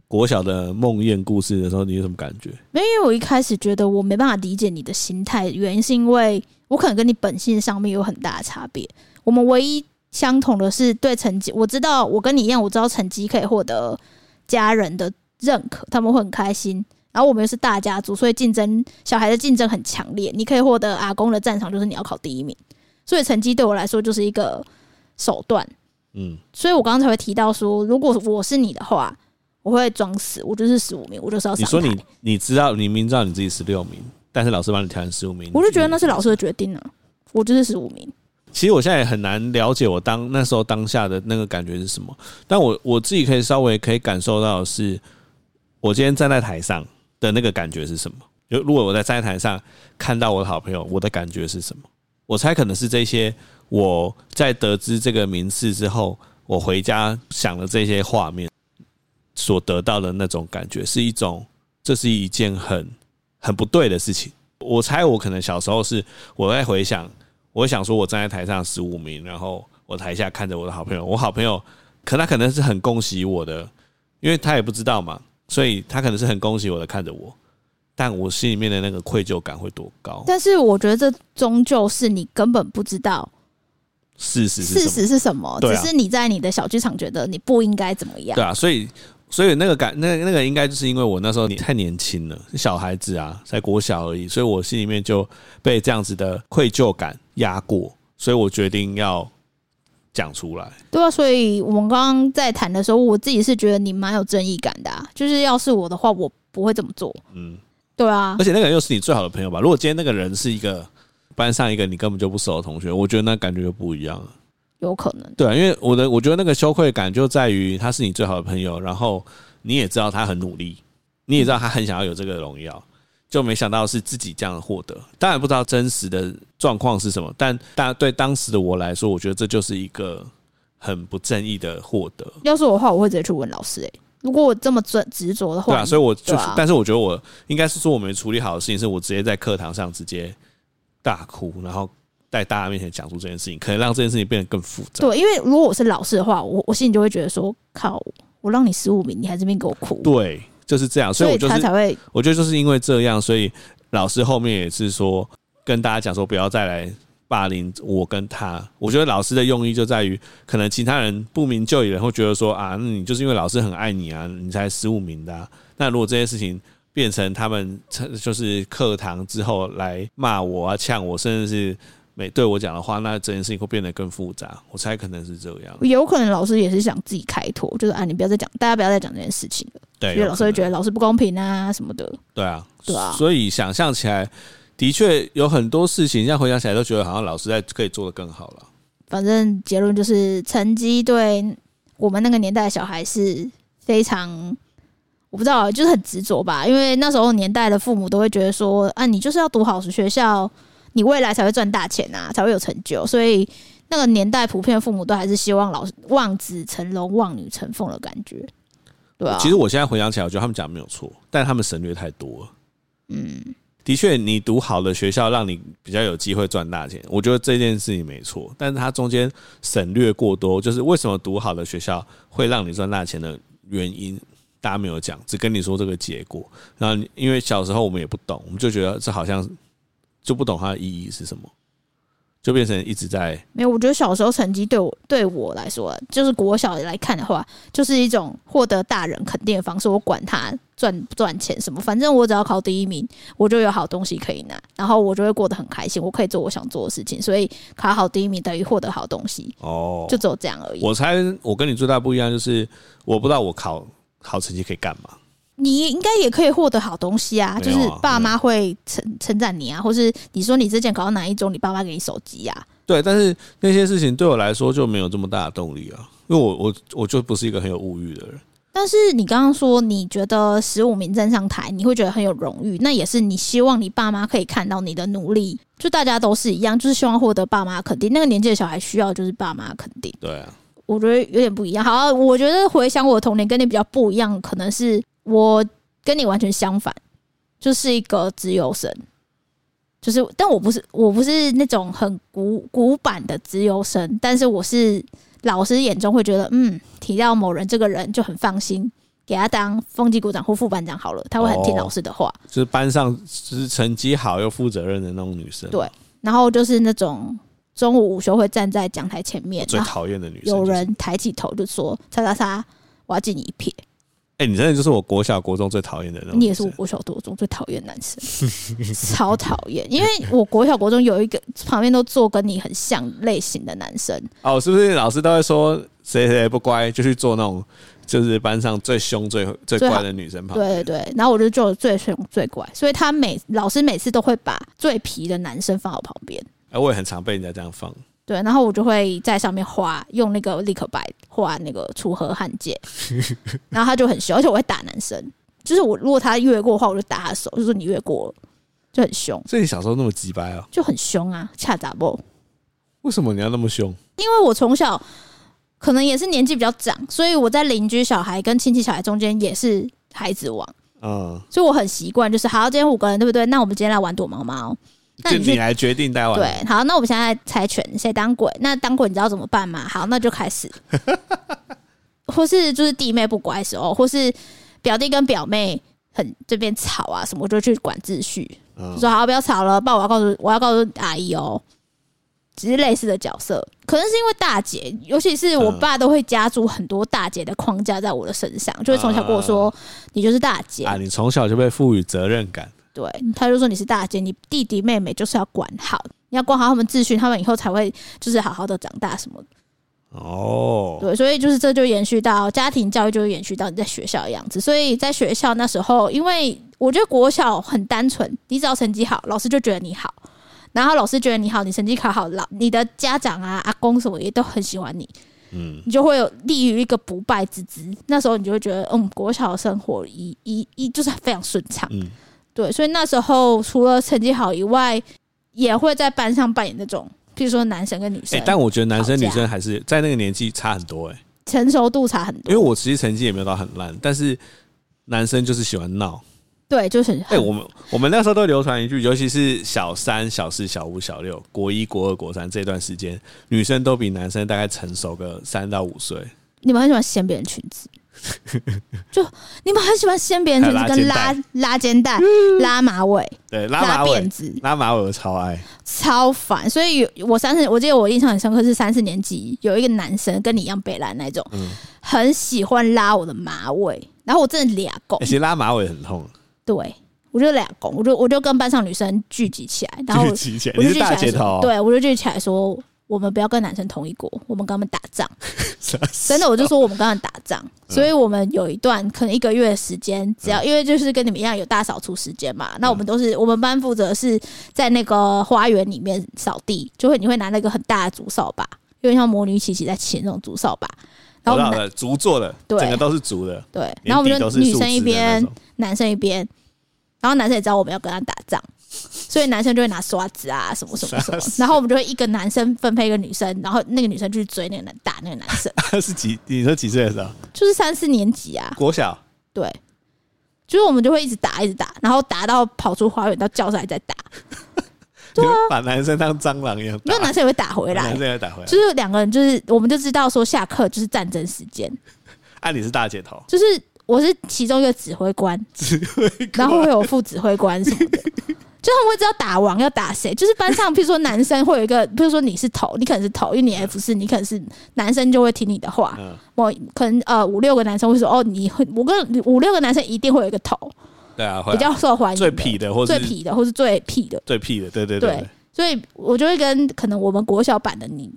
Speaker 1: 国小的梦魇故事的时候，你有什么感觉？
Speaker 2: 没有，因为我一开始觉得我没办法理解你的心态，原因是因为我可能跟你本性上面有很大的差别。我们唯一相同的是对成绩，我知道我跟你一样，我知道成绩可以获得家人的认可，他们会很开心。然后我们又是大家族，所以竞争小孩的竞争很强烈。你可以获得阿公的赞赏，就是你要考第一名。所以成绩对我来说就是一个手段。
Speaker 1: 嗯，
Speaker 2: 所以我刚刚才会提到说，如果我是你的话，我会装死，我就是十五名，我就是要上
Speaker 1: 你说
Speaker 2: 台
Speaker 1: 你你知道你明知道你自己十六名，但是老师帮你调成十五名，
Speaker 2: 我就觉得那是老师的决定啊，我就是十五名。
Speaker 1: 其实我现在也很难了解我当那时候当下的那个感觉是什么，但我我自己可以稍微可以感受到的是，我今天站在台上的那个感觉是什么。如如果我在站在台上看到我的好朋友，我的感觉是什么？我猜可能是这些我在得知这个名次之后，我回家想了这些画面所得到的那种感觉，是一种这是一件很很不对的事情。我猜我可能小时候是我在回想我想说，我站在台上十五名，然后我台下看着我的好朋友，我好朋友可他可能是很恭喜我的，因为他也不知道嘛，所以他可能是很恭喜我的看着我，但我心里面的那个愧疚感会多高？
Speaker 2: 但是我觉得这终究是你根本不知道
Speaker 1: 事实是
Speaker 2: 事
Speaker 1: 什么？
Speaker 2: 实是什么，
Speaker 1: 对啊
Speaker 2: 只是你在你的小剧场觉得你不应该怎么样
Speaker 1: 对。啊，所以所以那个感，那那个应该就是因为我那时候太年轻了，小孩子啊，才国小而已，所以我心里面就被这样子的愧疚感压过，所以我决定要讲出来。
Speaker 2: 对啊，所以我们刚刚在谈的时候，我自己是觉得你蛮有正义感的、啊，就是要是我的话，我不会这么做。
Speaker 1: 嗯，
Speaker 2: 对啊
Speaker 1: 而，且那个人又是你最好的朋友吧？如果今天那个人是一个班上一个你根本就不熟的同学，我觉得那感觉就不一样了。
Speaker 2: 有可能。
Speaker 1: 对啊，因为我的我觉得那个羞愧感就在于他是你最好的朋友，然后你也知道他很努力，你也知道他很想要有这个荣耀，就没想到是自己这样获得。当然不知道真实的状况是什么，但但对当时的我来说，我觉得这就是一个很不正义的获得。
Speaker 2: 要是我的话，我会直接去问老师、欸。如果我这么执执着的话，
Speaker 1: 对啊，所以我就
Speaker 2: 对
Speaker 1: 是，
Speaker 2: 啊
Speaker 1: 但是我觉得我应该是说我没处理好的事情，是我直接在课堂上直接大哭，然后在大家面前讲述这件事情，可能让这件事情变得更复杂。
Speaker 2: 对，因为如果我是老师的话，我我心里就会觉得说，靠，我让你十五名，你还这边给我哭，
Speaker 1: 对，就是这样。所以我就
Speaker 2: 他
Speaker 1: 是，
Speaker 2: 才会
Speaker 1: 我觉得就是因为这样，所以老师后面也是说，跟大家讲说，不要再来霸凌我跟他。我觉得老师的用意就在于，可能其他人不明就里的人会觉得说啊，那你就是因为老师很爱你啊，你才十五名的、啊。那如果这些事情变成他们就是课堂之后来骂我啊、呛我，甚至是没对我讲的话，那这件事情会变得更复杂。我猜可能是这样，
Speaker 2: 有可能老师也是想自己开脱，就是啊，你不要再讲，大家不要再讲这件事情了，
Speaker 1: 对，
Speaker 2: 因为老师会
Speaker 1: 得。
Speaker 2: 觉得老师不公平啊什么的。
Speaker 1: 对啊，
Speaker 2: 对啊
Speaker 1: 所以想象起来，的确有很多事情，现在回想起来都觉得好像老师在可以做得更好了。
Speaker 2: 反正结论就是，成绩对我们那个年代的小孩是非常，我不知道，就是很执着吧。因为那时候年代的父母都会觉得说，啊，你就是要读好学校，你未来才会赚大钱啊，才会有成就。所以那个年代普遍的父母都还是希望老师望子成龙、望女成凤的感觉。对啊，
Speaker 1: 其实我现在回想起来，我觉得他们讲的没有错，但他们省略太多了。
Speaker 2: 嗯，
Speaker 1: 的确，你读好的学校，让你比较有机会赚大钱，我觉得这件事情没错。但是它中间省略过多，就是为什么读好的学校会让你赚大钱的原因，大家没有讲，只跟你说这个结果。然后你，因为小时候我们也不懂，我们就觉得这好像就不懂它的意义是什么，就变成一直在
Speaker 2: 没有，我觉得小时候成绩对我对我来说，啊就是国小来看的话，就是一种获得大人肯定的方式。我管他赚不赚钱什么，反正我只要考第一名，我就有好东西可以拿，然后我就会过得很开心，我可以做我想做的事情。所以考好第一名等于获得好东西，
Speaker 1: 哦
Speaker 2: 就只有这样而已。
Speaker 1: 我猜我跟你最大不一样就是，我不知道我考好成绩可以干嘛。
Speaker 2: 你应该也可以获得好东西啊，
Speaker 1: 没
Speaker 2: 就
Speaker 1: 有啊
Speaker 2: 是爸妈会称称赞你啊，或是你说你之前考到哪一中，你爸妈给你手机啊呀、
Speaker 1: 对，但是那些事情对我来说就没有这么大的动力啊，因为我我我就不是一个很有物欲的人。
Speaker 2: 但是你刚刚说你觉得十五名站上台，你会觉得很有荣誉，那也是你希望你爸妈可以看到你的努力。就大家都是一样，就是希望获得爸妈肯定。那个年纪的小孩需要就是爸妈肯定，
Speaker 1: 对啊，
Speaker 2: 我觉得有点不一样。好啊，我觉得回想我的童年跟你比较不一样，可能是我跟你完全相反，就是一个自由生。就是，但我不是，我不是那种很古古板的自由生，但是我是老师眼中会觉得，嗯，提到某人这个人就很放心，给他当风纪股长或副班长好了，他会很听
Speaker 1: 哦
Speaker 2: 老师的话。
Speaker 1: 就是班上就是成绩好又负责任的那种女生，
Speaker 2: 对然后就是那种中午午休会站在讲台前面
Speaker 1: 我，最
Speaker 2: 然后
Speaker 1: 讨厌的女生、
Speaker 2: 有
Speaker 1: 就是。
Speaker 2: 人抬起头就说“叉叉叉”，我要敬你一瞥。
Speaker 1: 哎、你真的就是我国小国中最讨厌的那种
Speaker 2: 你
Speaker 1: 女
Speaker 2: 也是
Speaker 1: 生。
Speaker 2: 我国小国中最讨厌的男生，超讨厌，因为我国小国中有一个旁边都坐跟你很像类型的男生，
Speaker 1: 哦，是不是老师都会说谁谁谁不乖就去做那种就是班上最凶最最
Speaker 2: 最好
Speaker 1: 乖的女生旁边？
Speaker 2: 对对对，然后我就做最凶最乖，所以他每老师每次都会把最皮的男生放我旁边，
Speaker 1: 哎，我也很常被人家这样放。
Speaker 2: 对，然后我就会在上面画用那个立可白画那个楚河汉界，然后他就很凶，而且我会打男生，就是我如果他越过的话，我就打他手，就说你越过了，就很凶，
Speaker 1: 所以你小时候那么鸡掰啊？
Speaker 2: 就很凶啊，恰杂不。
Speaker 1: 为什么你要那么凶？
Speaker 2: 因为我从小可能也是年纪比较长，所以我在邻居小孩跟亲戚小孩中间也是孩子王，
Speaker 1: 嗯，
Speaker 2: 所以我很习惯，就是好，今天五个人对不对？那我们今天来玩躲猫猫。那
Speaker 1: 就
Speaker 2: 你去
Speaker 1: 你来决定待完。
Speaker 2: 对，好，那我们现在猜拳，谁当鬼？那当鬼你知道怎么办吗？好，那就开始。或是就是弟妹不乖的时候，或是表弟跟表妹很这边吵啊什么，我就去管秩序，
Speaker 1: 嗯，
Speaker 2: 说好不要吵了，爸我要告诉我要告诉阿姨哦。只是类似的角色，可能是因为大姐，尤其是我
Speaker 1: 嗯
Speaker 2: 爸都会加注很多大姐的框架在我的身上，就会从小跟我说、你就是大姐，
Speaker 1: 啊，你从小就被赋予责任感，
Speaker 2: 对，他就说你是大姐，你弟弟妹妹就是要管好，你要管好他们秩序，他们以后才会就是好好的长大什么的。
Speaker 1: 哦，
Speaker 2: 对，所以就是这就延续到家庭教育，就会延续到你在学校的样子。所以在学校那时候，因为我觉得国小很单纯，你只要成绩好，老师就觉得你好。然后老师觉得你好，你成绩考好，老你的家长啊、阿公什么也都很喜欢你，
Speaker 1: 嗯，
Speaker 2: 你就会有立于一个不败之姿。那时候你就会觉得，嗯，国小的生活一一一就是非常顺畅。
Speaker 1: 嗯，
Speaker 2: 对，所以那时候除了成绩好以外，也会在班上扮演那种，譬如说男生跟女
Speaker 1: 哎、
Speaker 2: 生，
Speaker 1: 但我觉得男生
Speaker 2: 吵架
Speaker 1: 女生还是在那个年纪差很多、哎，
Speaker 2: 成熟度差很
Speaker 1: 因为
Speaker 2: 多。
Speaker 1: 我其实成绩也没有到很烂，但是男生就是喜欢闹。
Speaker 2: 对，就是很
Speaker 1: 哎、我们我们那时候都流传一句，尤其是小三、小四、小五、小六、国一、国二、国三这段时间，女生都比男生大概成熟个三到五岁。
Speaker 2: 你们很喜欢掀别人裙子，你们很喜欢掀别人裙子，
Speaker 1: 还有
Speaker 2: 跟
Speaker 1: 拉
Speaker 2: 拉拉肩带、嗯拉马尾、
Speaker 1: 对，拉
Speaker 2: 拉
Speaker 1: 马
Speaker 2: 辫
Speaker 1: 尾，
Speaker 2: 子，哦
Speaker 1: 拉马尾我超爱，
Speaker 2: 超烦。所以有我三十，我记得我印象很深刻是三四年级有一个男生跟你一样北兰那种，
Speaker 1: 嗯
Speaker 2: 很喜欢拉我的马尾，然后我真的俩拱
Speaker 1: 欸、，其实拉马尾很痛，
Speaker 2: 对我就俩拱，我就我就跟班上女生聚集起来，然后
Speaker 1: 就是起起来
Speaker 2: 我
Speaker 1: 你
Speaker 2: 就是聚起
Speaker 1: 大
Speaker 2: 来
Speaker 1: 姐
Speaker 2: 说，
Speaker 1: 头、哦，
Speaker 2: 对我就聚起来说。我们不要跟男生同一国，我们跟他们打仗。
Speaker 1: 傻嗯死，
Speaker 2: 真的，我就说我们刚刚打仗，所以我们有一段可能一个月的时间，只
Speaker 1: 嗯
Speaker 2: 要因为就是跟你们一样有大扫除时间嘛，那我们都是我们班负责是在那个花园里面扫地，就会你会拿那个很大的竹扫把，有点像魔女琪琪在骑那种竹扫把，然
Speaker 1: 我
Speaker 2: 后我
Speaker 1: 老
Speaker 2: 们拿
Speaker 1: 了，竹做的，
Speaker 2: 对
Speaker 1: 整个都是竹的，
Speaker 2: 对，然
Speaker 1: 连
Speaker 2: 后我
Speaker 1: 底
Speaker 2: 们
Speaker 1: 都
Speaker 2: 就是女
Speaker 1: 树
Speaker 2: 生一
Speaker 1: 枝的那
Speaker 2: 边，
Speaker 1: 种，
Speaker 2: 男生一边，然后男生也知道我们要跟他打仗，所以男生就会拿刷子啊什么什么什么
Speaker 1: 杀，死
Speaker 2: 然后我们就会一个男生分配一个女生，然后那个女生就去追那个男打那个男生，
Speaker 1: 是几？你说几岁的时候？
Speaker 2: 就是三四年级啊，
Speaker 1: 国小，
Speaker 2: 对，就是我们就会一直打，一直打，然后打到跑出花园到教室还在打，
Speaker 1: 对啊，把男生当蟑螂一样打
Speaker 2: 那，男生也会打回
Speaker 1: 男
Speaker 2: 来
Speaker 1: 生。也打回来
Speaker 2: 就。是两个人，就是我们就知道说下课就是战争时间，
Speaker 1: 啊，你是大姐头，
Speaker 2: 就是我是其中一个指挥官，
Speaker 1: 只会
Speaker 2: 然后会有副指挥官什么 的，就他们会知道打王要打谁。就是班上，譬如说男生会有一个，譬如说你是头，你可能是头，因为你 F 四，你可能是男生就会听你的话，
Speaker 1: 嗯，
Speaker 2: 我可能呃五六个男生会说哦，你会我跟五六个男生一定会有一个头
Speaker 1: 对啊，会啊
Speaker 2: 比较受欢迎的，
Speaker 1: 最痞的，或
Speaker 2: 最
Speaker 1: 是
Speaker 2: 痞的，或是最痞的，
Speaker 1: 最痞的，对对
Speaker 2: 对，所以我就会跟可能我们国小版的你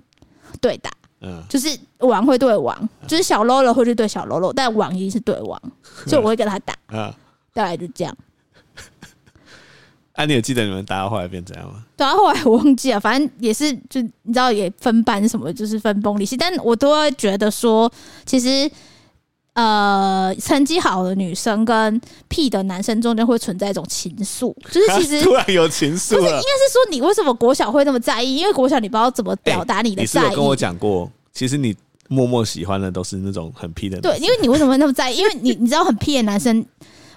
Speaker 2: 对打，
Speaker 1: 嗯，
Speaker 2: 就是王会对王，就是小喽啰会去对小喽啰，但王一定是对王，所以我会跟他打，
Speaker 1: 啊，
Speaker 2: 大概就这样。
Speaker 1: 啊，你有记得你们打到后来变怎样吗？
Speaker 2: 对啊，后来我忘记了，反正也是就你知道也分班什么，就是分崩离析，但我都会觉得说，其实。呃，成绩好的女生跟屁的男生中间会存在一种情愫，就是其 实
Speaker 1: 突然有情愫
Speaker 2: 不是
Speaker 1: 了，
Speaker 2: 但是说你为什么国小会那么在意？因为国小你不知道怎么表达你的
Speaker 1: 哎你是
Speaker 2: 在
Speaker 1: 有
Speaker 2: 意。
Speaker 1: 跟我讲过，其实你默默喜欢的都是那种很屁的男
Speaker 2: 对，
Speaker 1: 生，
Speaker 2: 因为你为什么会那么在意？因为你你知道很屁的男生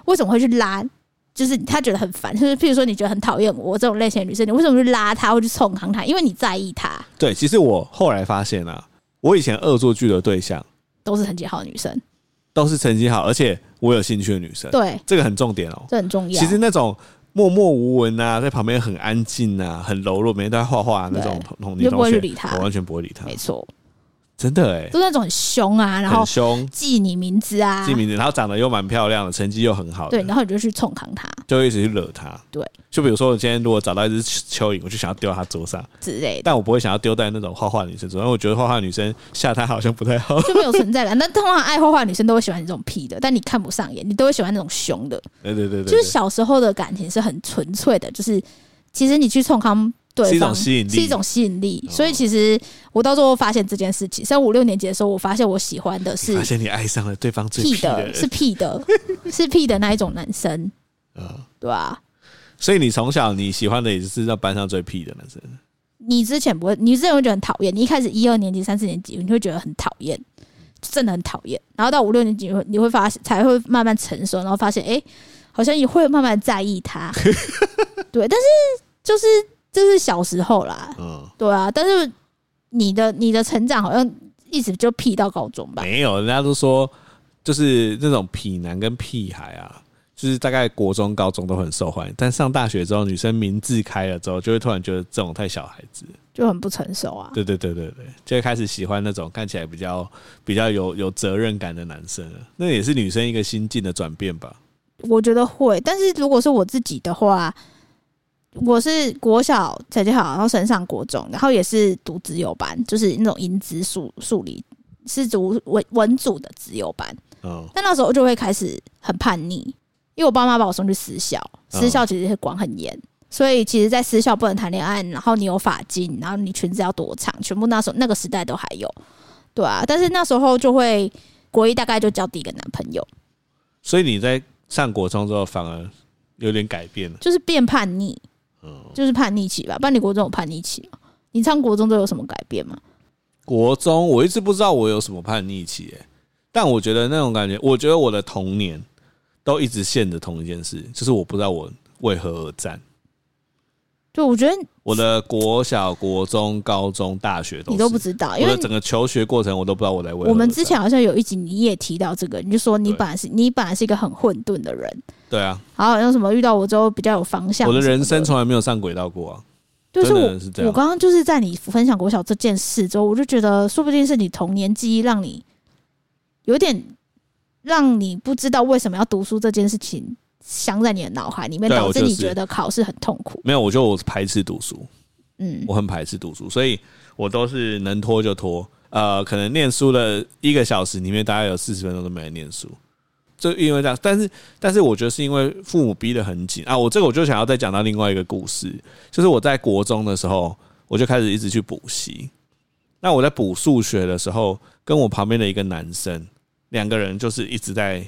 Speaker 2: 为什么会去拉？就是他觉得很烦，就是譬如说你觉得很讨厌我这种类型的女生，你为什么去拉他或去冲康他？因为你在意他，
Speaker 1: 对，其实我后来发现啊，我以前恶作剧的对象
Speaker 2: 都是成绩好的女生，
Speaker 1: 都是成绩好，而且我有兴趣的女生，
Speaker 2: 对，
Speaker 1: 这个很重点哦。
Speaker 2: 这很重要。
Speaker 1: 其实那种默默无闻啊，在旁边很安静啊，很柔弱，每天都在画画啊那种
Speaker 2: 对
Speaker 1: 同同
Speaker 2: 你
Speaker 1: 女
Speaker 2: 就不
Speaker 1: 同
Speaker 2: 会
Speaker 1: 学
Speaker 2: 去理她
Speaker 1: 我完全不会理他
Speaker 2: 没，错，
Speaker 1: 真的哎、
Speaker 2: 都是那种很凶啊，然后
Speaker 1: 很凶，
Speaker 2: 记你名字啊
Speaker 1: 记，名字，然后长得又蛮漂亮的，成绩又很好的
Speaker 2: 对，，然后你就去冲康他
Speaker 1: 就会一直去惹他。
Speaker 2: 对，
Speaker 1: 就比如说我今天如果找到一只蚯蚓，我就想要丢到他桌上，
Speaker 2: 之类的，
Speaker 1: 但我不会想要丢在那种画画的女生桌上，因为我觉得画画的女生吓她好像不太好。
Speaker 2: 就没有存在感。但通常爱画画的女生都会喜欢你这种屁的，但你看不上眼，你都会喜欢那种凶的。
Speaker 1: 对对对对
Speaker 2: 就
Speaker 1: 对
Speaker 2: 是小时候的感情是很纯粹的，就是其实你去冲康对方
Speaker 1: 是一种吸引力
Speaker 2: 是一种吸引力。
Speaker 1: 哦
Speaker 2: 所以其实我到最后发现这件事情，在五六年级的时候，我发现我喜欢的是
Speaker 1: 发现你爱上了对方最
Speaker 2: 屁
Speaker 1: 的
Speaker 2: 的，
Speaker 1: 人
Speaker 2: 是屁的，是屁的那一种男生，
Speaker 1: 嗯
Speaker 2: 对啊吧、
Speaker 1: 所以你从小你喜欢的也是在班上最屁的男生，
Speaker 2: 你之前不会，你之前会觉得很讨厌，你一开始一二年级、三四年级，你会觉得很讨厌，真的很讨厌。然后到五六年级，你会你会发现才会慢慢成熟，然后发现哎、诶好像也会慢慢在意他。对，但是就是这是小时候啦，
Speaker 1: 嗯，
Speaker 2: 对啊，但是你的你的成长好像一直就屁到高中吧？
Speaker 1: 没有，人家都说就是那种痞男跟屁孩啊，就是大概国中、高中都很受欢迎，但上大学之后，女生名字开了之后，就会突然觉得这种太小孩子，
Speaker 2: 就很不成熟啊。
Speaker 1: 对对对对对，就会开始喜欢那种看起来比较比较有有责任感的男生了，那也是女生一个心境的转变吧。
Speaker 2: 我觉得会，但是如果是我自己的话，我是国小成绩好，然后升上国中，然后也是读资优班，就是那种英资数数理是读文文组的资优班。
Speaker 1: 嗯，
Speaker 2: 但那时候就会开始很叛逆，因为我爸妈把我送去私校，私校其实是管很严。所以其实，在私校不能谈恋爱，然后你有发巾，然后你裙子要多长，全部那时候那个时代都还有，对啊。但是那时候就会国一大概就交第一个男朋友，
Speaker 1: 所以你在上国中之后反而有点改变了。
Speaker 2: 就是变叛逆，
Speaker 1: 嗯，
Speaker 2: 就是叛逆期吧。不然你国中有叛逆期吗？你上国中都有什么改变吗？
Speaker 1: 国中我一直不知道我有什么叛逆期、欸，但我觉得那种感觉，我觉得我的童年都一直陷着同一件事，就是我不知道我为何而战。
Speaker 2: 就我觉得
Speaker 1: 我的国小、国中、高中、大学都
Speaker 2: 你都
Speaker 1: 是
Speaker 2: 不知道，因
Speaker 1: 我
Speaker 2: 为
Speaker 1: 的整个求学过程我都不知道我在为何
Speaker 2: 我们
Speaker 1: 而
Speaker 2: 之
Speaker 1: 战
Speaker 2: 前好像有一集你也提到这个，你就说你
Speaker 1: 对
Speaker 2: 本来是你本来是一个很混沌的人，
Speaker 1: 对啊，
Speaker 2: 然后好像什么遇到我之后比较有方向什
Speaker 1: 我
Speaker 2: 么的。
Speaker 1: 的人生从来没有上轨道过啊。
Speaker 2: 就是
Speaker 1: 真的
Speaker 2: 我
Speaker 1: 是这样
Speaker 2: 我刚刚就是在你分享国小这件事之后，我就觉得说不定是你童年记忆让你有点让你不知道为什么要读书这件事情。镶在你的脑海里面，
Speaker 1: 对啊
Speaker 2: 导致
Speaker 1: 我就
Speaker 2: 你
Speaker 1: 是
Speaker 2: 觉得考试很痛苦。
Speaker 1: 没有，我觉得我排斥读书，
Speaker 2: 嗯
Speaker 1: 我很排斥读书，所以我都是能拖就拖。呃，可能念书的一个小时里面，大概有四十分钟都没来念书，就因为这样。但是，但是我觉得是因为父母逼得很紧啊。我这个我就想要再讲到另外一个故事，就是我在国中的时候，我就开始一直去补习。那我在补数学的时候，跟我旁边的一个男生，两个人就是一直在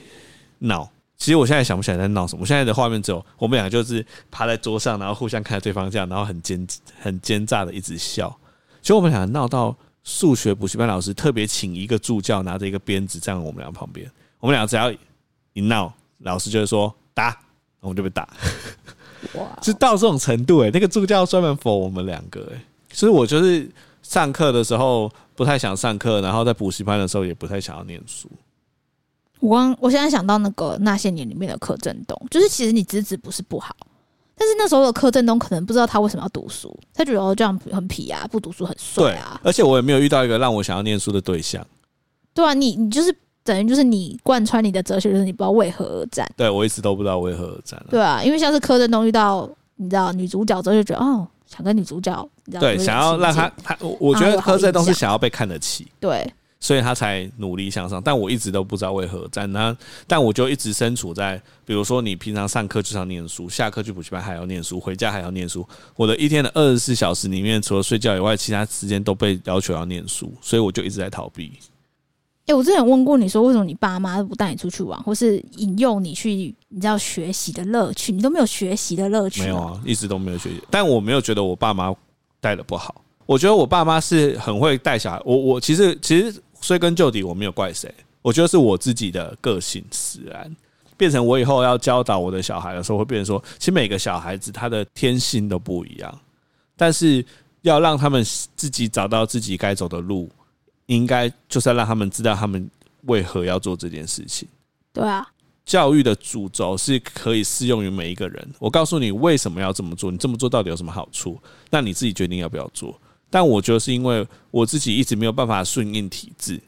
Speaker 1: 闹。其实我现在想不起来在闹什么，我现在的画面只有我们两个就是趴在桌上，然后互相看着对方这样，然后很奸很奸诈的一直笑。其实我们俩闹到数学补习班老师特别请一个助教拿着一个鞭子站在我们俩旁边，我们俩只要一闹，老师就会说打，然后我们就被打。
Speaker 2: 哇，
Speaker 1: 是到这种程度哎、那个助教专门否我们两个哎、所以我就是上课的时候不太想上课，然后在补习班的时候也不太想要念书。
Speaker 2: 我刚我现在想到那个那些年里面的柯震东，就是其实你资质不是不好，但是那时候的柯震东可能不知道他为什么要读书，他觉得哦这样很痞啊，不读书很帅啊，
Speaker 1: 而且我也没有遇到一个让我想要念书的对象。
Speaker 2: 对啊，你你就是等于就是你贯穿你的哲学就是你不知道为何而战，
Speaker 1: 对我一直都不知道为何而战、啊。
Speaker 2: 对啊，因为像是柯震东遇到你知道女主角之后就觉得哦想跟女主角你知道有
Speaker 1: 对，
Speaker 2: 点
Speaker 1: 想要让
Speaker 2: 亲
Speaker 1: 他
Speaker 2: 近
Speaker 1: 他，我我觉
Speaker 2: 让他
Speaker 1: 得
Speaker 2: 有好
Speaker 1: 柯震东是
Speaker 2: 印象
Speaker 1: 想要被看得起，
Speaker 2: 对
Speaker 1: 所以他才努力向上。但我一直都不知道为何在那，但我就一直身处在，比如说你平常上课就是要念书，下课去补习班还要念书，回家还要念书。我的一天的二十四小时里面，除了睡觉以外，其他时间都被要求要念书，所以我就一直在逃避。
Speaker 2: 哎、我之前有问过你说，为什么你爸妈都不带你出去玩，或是引诱你去，你知道学习的乐趣，你都没有学习的乐趣吗，
Speaker 1: 没有啊，一直都没有学习。但我没有觉得我爸妈带的不好，我觉得我爸妈是很会带小孩。我我其实其实追根究底，我没有怪谁，我觉得是我自己的个性使然。变成我以后要教导我的小孩的时候，会变成说，其实每个小孩子他的天性都不一样，但是要让他们自己找到自己该走的路，应该就是要让他们知道他们为何要做这件事情。
Speaker 2: 对啊，
Speaker 1: 教育的主轴是可以适用于每一个人。我告诉你为什么要这么做，你这么做到底有什么好处？那你自己决定要不要做。但我觉得是因为我自己一直没有办法顺应体制，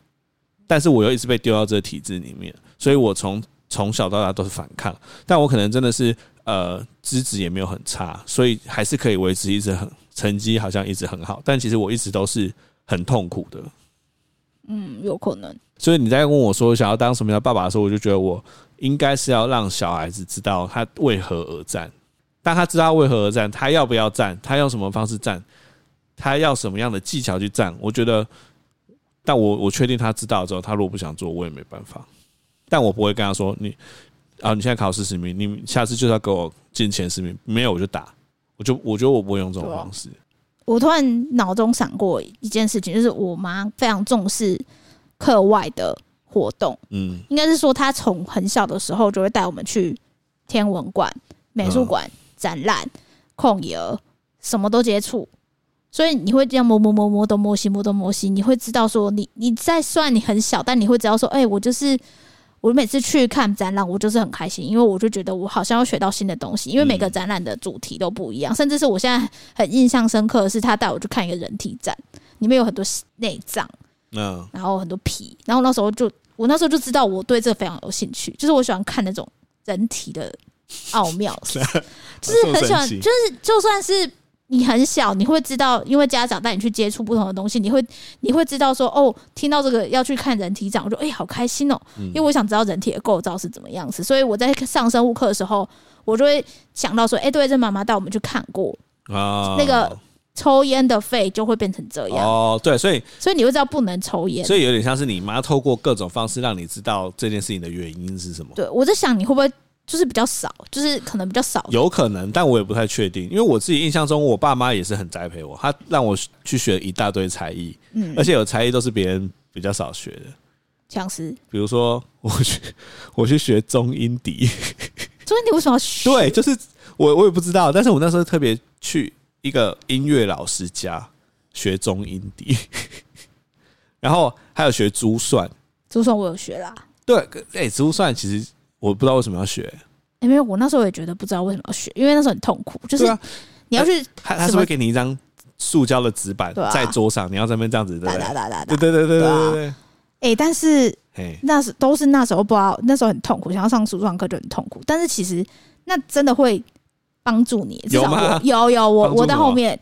Speaker 1: 但是我又一直被丢到这个体制里面，所以我从从小到大都是反抗。但我可能真的是呃资质也没有很差，所以还是可以维持一直很成绩好像一直很好，但其实我一直都是很痛苦的。
Speaker 2: 嗯，有可能。
Speaker 1: 所以你在问我说想要当什么样的爸爸的时候，我就觉得我应该是要让小孩子知道他为何而战。当他知道他为何而战，他要不要战，他用什么方式战，他要什么样的技巧去战，我觉得，但我我确定他知道之后，他如果不想做，我也没办法。但我不会跟他说你啊，你现在考四十名，你下次就是要给我进前十名，没有我就打。我就我觉得我不会用这种
Speaker 2: 对啊
Speaker 1: 方式，
Speaker 2: 我突然脑中闪过一件事情，就是我妈非常重视课外的活动，
Speaker 1: 嗯，
Speaker 2: 应该是说她从很小的时候就会带我们去天文馆、美术馆、展览、控野，什么都接触。所以你会这样摸摸摸摸东摸西摸东摸西，你会知道说你你在虽然你很小，但你会知道说，哎、我就是我每次去看展览，我就是很开心，因为我就觉得我好像要学到新的东西，因为每个展览的主题都不一样，甚至是我现在很印象深刻的是，他带我去看一个人体展，里面有很多内脏，
Speaker 1: 那
Speaker 2: 然后很多皮，然后那时候就我那时候就知道我对这非常有兴趣，就是我喜欢看那种人体的奥 妙，就是很喜
Speaker 1: 这么
Speaker 2: 欢，
Speaker 1: 神奇
Speaker 2: 就是就算是你很小，你会知道，因为家长带你去接触不同的东西，你会你会知道说，哦，听到这个要去看人体展，我就哎、好开心哦，
Speaker 1: 嗯
Speaker 2: 因为我想知道人体的构造是怎么样子，所以我在上生物课的时候，我就会想到说，哎、对，这妈妈带我们去看过
Speaker 1: 啊
Speaker 2: 那个抽烟的肺就会变成这样，
Speaker 1: 哦，对，所以
Speaker 2: 所以你会知道不能抽烟。
Speaker 1: 所以有点像是你妈透过各种方式让你知道这件事情的原因是什么。
Speaker 2: 对，我在想你会不会就是比较少，就是可能比较少。
Speaker 1: 有可能，但我也不太确定，因为我自己印象中，我爸妈也是很栽培我，他让我去学一大堆才艺，
Speaker 2: 嗯
Speaker 1: 而，且有才艺都是别人比较少学的，
Speaker 2: 像是，
Speaker 1: 比如说 我去我去学中音 笛，
Speaker 2: 所以你为什么要学？
Speaker 1: 对，就是我我也不知道，但是我那时候特别去一个音乐老师家学中音笛， 然后还有学珠算。
Speaker 2: 珠算我有学啦，
Speaker 1: 对，哎、珠算其实我不知道为什么要学，
Speaker 2: 因为我那时候也觉得不知道为什么要学，因为那时候很痛苦，就是
Speaker 1: 对啊，
Speaker 2: 你要去
Speaker 1: 他他
Speaker 2: 什
Speaker 1: 是
Speaker 2: 么
Speaker 1: 会给你一张塑胶的纸板
Speaker 2: 对啊
Speaker 1: 在桌上，你要在那边这样子，对不
Speaker 2: 打
Speaker 1: 对
Speaker 2: 打？打打打
Speaker 1: 哎对，对对对
Speaker 2: 对
Speaker 1: 对
Speaker 2: 啊
Speaker 1: 对
Speaker 2: 哎，但是
Speaker 1: 对，哎，
Speaker 2: 那时都是那时候不知道，那时候很痛苦，想要上珠算课就很痛苦。但是其实那真的会帮助你，至
Speaker 1: 有
Speaker 2: 少
Speaker 1: 吗
Speaker 2: 我有有我
Speaker 1: 帮助
Speaker 2: 我在
Speaker 1: 什么
Speaker 2: 后面，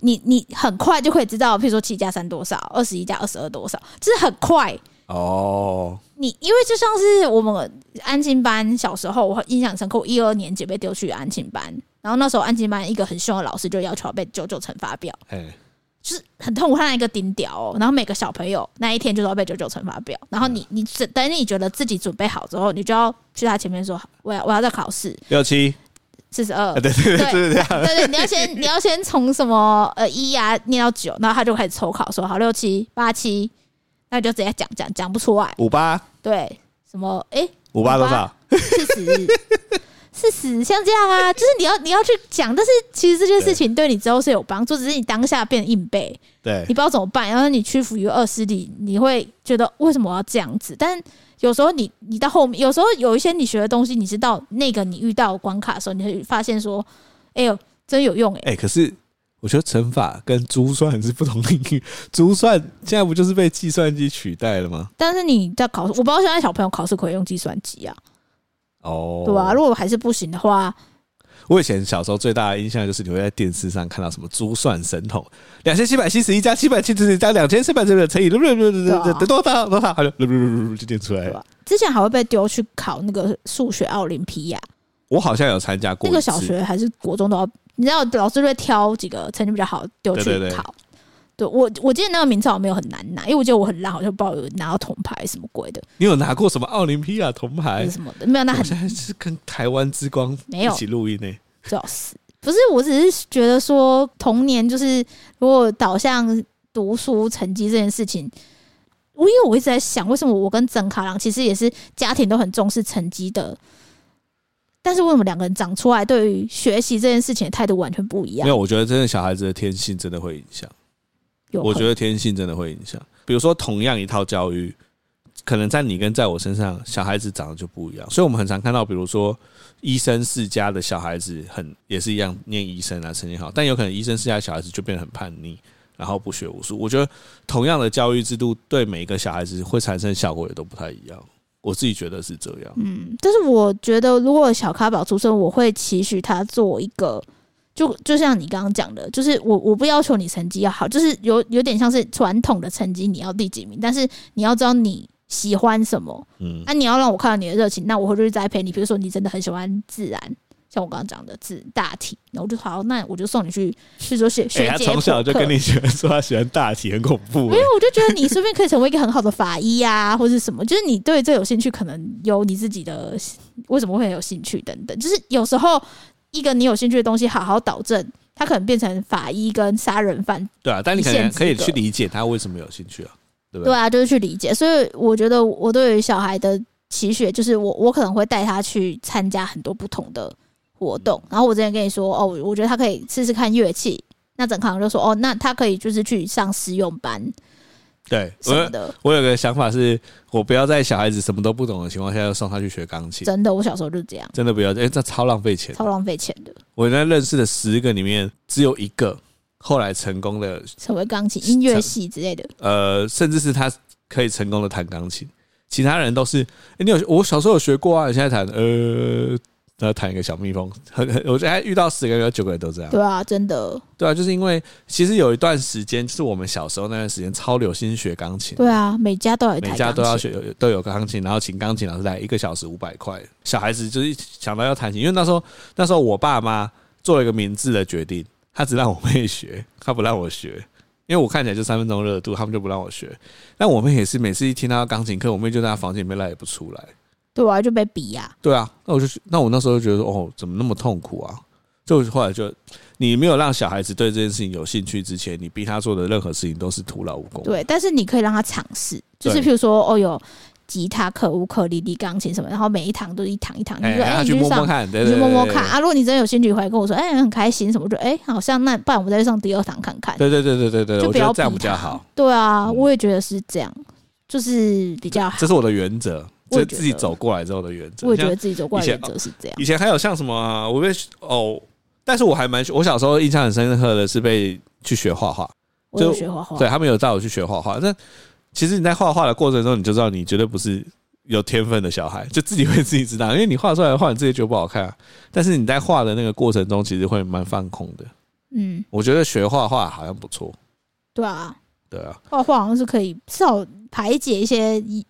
Speaker 2: 你你很快就可以知道，譬如说七加三多少，二十一加二十二多少，就是很快。
Speaker 1: 哦，
Speaker 2: 你因为就像是我们安亲班小时候，我印象深刻，我一二年级被丢去安亲班，然后那时候安亲班一个很凶的老师就要求要被九九乘法表。
Speaker 1: 哎，
Speaker 2: 就是很痛苦，他那一个顶屌、哦，然后每个小朋友那一天就都要被九九乘法表，然后
Speaker 1: 嗯
Speaker 2: 你你只等你觉得自己准备好之后，你就要去他前面说，我要我要再考试
Speaker 1: 六七，
Speaker 2: 四十二
Speaker 1: 啊，对对对对对，
Speaker 2: 对对，你要先你要先从什么呃一啊念到九，然后他就开始抽考，说好六七八七，那你就直接讲讲讲不出来，
Speaker 1: 五八
Speaker 2: 对，什么诶
Speaker 1: 五八多少？
Speaker 2: 四十。四十像这样啊，就是你要你要去讲，但是其实这件事情对你之后是有帮助，只是你当下变硬背，
Speaker 1: 对
Speaker 2: 你，不知道怎么办，然后你屈服于恶势力，你会觉得为什么我要这样子？但有时候你你到后面，有时候有一些你学的东西，你是到那个你遇到的关卡的时候，你会发现说，哎呦，真有用哎、
Speaker 1: 哎，可是。我觉得乘法跟珠算是不同领域，珠算现在不就是被计算机取代了吗？
Speaker 2: 但是你在考试，我不知道现在小朋友考试可以用计算机啊，
Speaker 1: 哦，
Speaker 2: 对吧、如果还是不行的话，
Speaker 1: 我以前小时候最大的印象就是你会在电视上看到什么珠算神童，两千七百七十一加七百七十加两千四百这个乘以多少多少，好就就念出来
Speaker 2: 对。吧、之前还会被丢去考那个数学奥林匹亚，
Speaker 1: 我好像有参加过
Speaker 2: 那
Speaker 1: 一
Speaker 2: 个
Speaker 1: 次
Speaker 2: 小，学还是国中都要，你知道老师就会挑几个成绩比较好丢去考。
Speaker 1: 对对对
Speaker 2: 对我，我记得那个名次好像没有很难拿，因为我记得我很烂，好像不知道有拿到铜牌什么鬼的，
Speaker 1: 你有拿过什么奥林匹亚铜
Speaker 2: 还
Speaker 1: 牌
Speaker 2: 是？什么的，没有，那
Speaker 1: 哎我
Speaker 2: 很
Speaker 1: 现在是跟台湾之光
Speaker 2: 没
Speaker 1: 一
Speaker 2: 有
Speaker 1: 起录音呢。
Speaker 2: 最好是。不是，我只是觉得说，童年就是如果导向读书成绩这件事情，我因为我一直在想，为什么我跟曾卡郎其实也是家庭都很重视成绩的，但是为什么两个人长出来对于学习这件事情的态度完全不一
Speaker 1: 没
Speaker 2: 样？
Speaker 1: 有，我觉得真的小孩子的天性真的会影响，
Speaker 2: 有
Speaker 1: 我
Speaker 2: 可
Speaker 1: 觉得天性真的会影响。比如说，同样一套教育，可能在你跟在我身上，小孩子长得就不一样。所以我们很常看到，比如说医生世家的小孩子很也是一样念医生啊，成绩好，但有可能医生世家的小孩子就变得很叛逆，然后不学无术。我觉得同样的教育制度对每一个小孩子会产生效果也都不太一样。我自己觉得是这样。
Speaker 2: 嗯，但是我觉得，如果小咖宝出生，我会期许他做一个，就就像你刚刚讲的，就是我我不要求你成绩要好，就是有有点像是传统的成绩，你要第几名，但是你要知道你喜欢什么，
Speaker 1: 嗯，
Speaker 2: 那、你要让我看到你的热情，那我会去栽培你。比如说，你真的很喜欢自然，像我刚刚讲的自大体，那我就好，那我就送你去，去说学
Speaker 1: 哎、
Speaker 2: 学
Speaker 1: 他
Speaker 2: 解
Speaker 1: 从小
Speaker 2: 剖
Speaker 1: 就
Speaker 2: 课
Speaker 1: 跟你喜欢说他喜欢大体，很恐怖、
Speaker 2: 没有，我就觉得你说不定可以成为一个很好的法医呀、 或是什么，就是你对这有兴趣，可能有你自己的为什么会很有兴趣等等。就是有时候一个你有兴趣的东西，好好导正，它可能变成法医跟杀人犯，
Speaker 1: 对啊，但你可
Speaker 2: 一
Speaker 1: 能
Speaker 2: 线之
Speaker 1: 可以
Speaker 2: 隔
Speaker 1: 去理解他为什么有兴趣啊，对不
Speaker 2: 对啊，就是去理解。所以我觉得我对于小孩的期许，就是我我可能会带他去参加很多不同的活动。然后我之前跟你说，哦，我觉得他可以试试看乐器。那整康就说，哦，那他可以就是去上实用班
Speaker 1: 对，
Speaker 2: 什么
Speaker 1: 我
Speaker 2: 的。
Speaker 1: 我有个想法是，我不要在小孩子什么都不懂的情况下，要送他去学钢琴，
Speaker 2: 真的，我小时候就是这样，
Speaker 1: 真的不要，哎、这超浪费钱。
Speaker 2: 超浪费钱的。
Speaker 1: 我在认识的十个里面，只有一个后来成功的，
Speaker 2: 成为钢琴音乐系之类的，
Speaker 1: 呃，甚至是他可以成功的弹钢琴，其他人都是，哎、你有我小时候有学过啊，你现在弹，呃。然后弹一个小蜜蜂，很很，我现在遇到十个人有九个人都这样。
Speaker 2: 对啊，真的，
Speaker 1: 对啊，就是因为其实有一段时间，就是我们小时候那段时间超流行学钢琴，
Speaker 2: 对啊，每家都有一台
Speaker 1: 每
Speaker 2: 钢琴，
Speaker 1: 家都要学有有都有个钢琴，然后请钢琴老师来一个小时五百块。小孩子就是想到要弹琴，因为那时候那时候我爸妈做了一个明智的决定，他只让我妹学，他不让我学，因为我看起来就三分钟热度，他们就不让我学。但我妹也是每次一听到钢琴课，我妹就在她房间里面赖也不出来。
Speaker 2: 对啊，就被比呀、
Speaker 1: 对啊，那我就那我那时候就觉得说，哦，怎么那么痛苦啊？就后来就你没有让小孩子对这件事情有兴趣之前，你逼他做的任何事情都是徒劳无功。
Speaker 2: 对，但是你可以让他尝试，就是
Speaker 1: 对
Speaker 2: 譬如说，哦哟，吉他课、乌克丽丽、钢琴什么，然后每一堂都一堂一堂，你
Speaker 1: 哎
Speaker 2: 就说哎、
Speaker 1: 他
Speaker 2: 你
Speaker 1: 去摸
Speaker 2: 上
Speaker 1: 摸看，对
Speaker 2: 你
Speaker 1: 对
Speaker 2: 就
Speaker 1: 对
Speaker 2: 摸摸看啊。如果你真的有兴趣，回来跟我说，哎、很开心什么，我就哎、好像那不然我们再去上第二堂看看。
Speaker 1: 对对对对对对对，
Speaker 2: 就
Speaker 1: 我
Speaker 2: 不
Speaker 1: 觉
Speaker 2: 要
Speaker 1: 得这样
Speaker 2: 逼
Speaker 1: 比较
Speaker 2: 他
Speaker 1: 好，
Speaker 2: 对啊，
Speaker 1: 嗯
Speaker 2: 我也觉得是这样，就是比较好。
Speaker 1: 这是我的原则，
Speaker 2: 我
Speaker 1: 这
Speaker 2: 也
Speaker 1: 自己
Speaker 2: 觉得
Speaker 1: 走过来之后的原则。
Speaker 2: 我也觉
Speaker 1: 像
Speaker 2: 得自己走过来的
Speaker 1: 以前
Speaker 2: 原则是这样。
Speaker 1: 以前还有像什么啊，我被哦，但是我还蛮我小时候印象很深刻的是被去学画画，
Speaker 2: 我有
Speaker 1: 就
Speaker 2: 学画画，
Speaker 1: 对他们有带我去学画画。那其实你在画画的过程中，你就知道你绝对不是有天分的小孩，就自己会自己知道，因为你画出来的画你自己觉得不好看、啊，但是你在画的那个过程中，其实会蛮放空的。
Speaker 2: 嗯，
Speaker 1: 我觉得学画画好像不错，
Speaker 2: 对啊，
Speaker 1: 对啊，
Speaker 2: 画画好像是可以至少排解一些你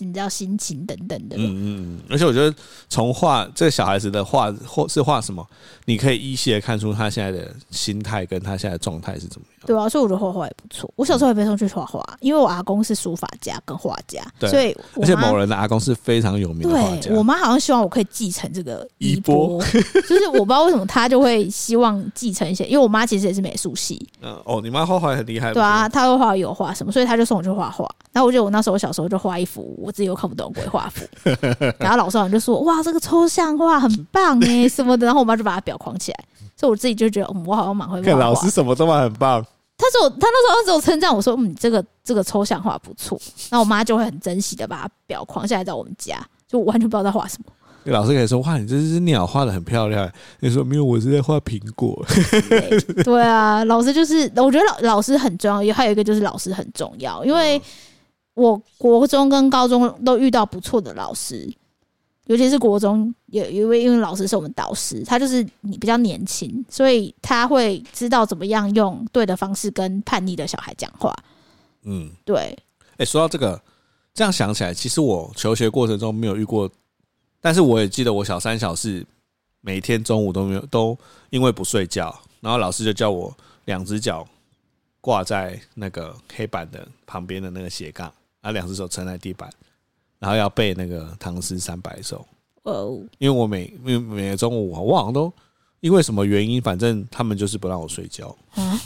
Speaker 2: 你知道心情等等的吧。
Speaker 1: 嗯嗯嗯，而且我觉得从画这个小孩子的画或是画什么，你可以依稀的看出他现在的心态跟他现在的状态是怎么样。
Speaker 2: 对啊，所以我觉得画画也不错。我小时候也被送去画画，因为我阿公是书法家跟画家，
Speaker 1: 对
Speaker 2: 所以我
Speaker 1: 而且
Speaker 2: 妈
Speaker 1: 某人的阿公是非常有名的画家
Speaker 2: 对，我妈好像希望我可以继承这个
Speaker 1: 衣
Speaker 2: 衣钵，就是我不知道为什么她就会希望继承一些，因为我妈其实也是美术系，
Speaker 1: 嗯哦，你妈画画很厉害，
Speaker 2: 对啊，她会画油画什么，所以她就送我去画画。然后我记得我那时候小时候就画一幅我自己又看不懂的鬼画符， 然后老师好像就说：“哇，这个抽象画很棒哎、什么的。”然后我妈就把它裱框起来，所以我自己就觉得，嗯，我好像蛮会
Speaker 1: 不是。
Speaker 2: 画
Speaker 1: 看
Speaker 2: 画
Speaker 1: 老。师什么都蛮很棒，
Speaker 2: 她说我，她那时候只有称赞我说：“嗯，这个这个抽象画不错。”然后我妈就会很珍惜的把它裱框下来在我们家，就我完全不知道在画什么
Speaker 1: 那老师可以说哇，你这只鸟画的很漂亮。你说没有，我是在画苹果。
Speaker 2: 之类的。对啊，老师就是，我觉得老老师很重要，也还有一个就是老师很重要，因为。我国中跟高中都遇到不错的老师，尤其是国中有有一位英语老师是我们导师，他就是你比较年轻，所以他会知道怎么样用对的方式跟叛逆的小孩讲话。
Speaker 1: 嗯，
Speaker 2: 对，
Speaker 1: 哎、说到这个，这样想起来，其实我求学过程中没有遇过，但是我也记得我小三小四每天中午都没有都因为不睡觉，然后老师就叫我两只脚挂在那个黑板的旁边的那个斜杠，然后两只手撑在地板，然后要背那个唐诗三百首。
Speaker 2: 哦，
Speaker 1: 因为我每因为每个中午我好像都因为什么原因，反正他们就是不让我睡觉，
Speaker 2: 啊，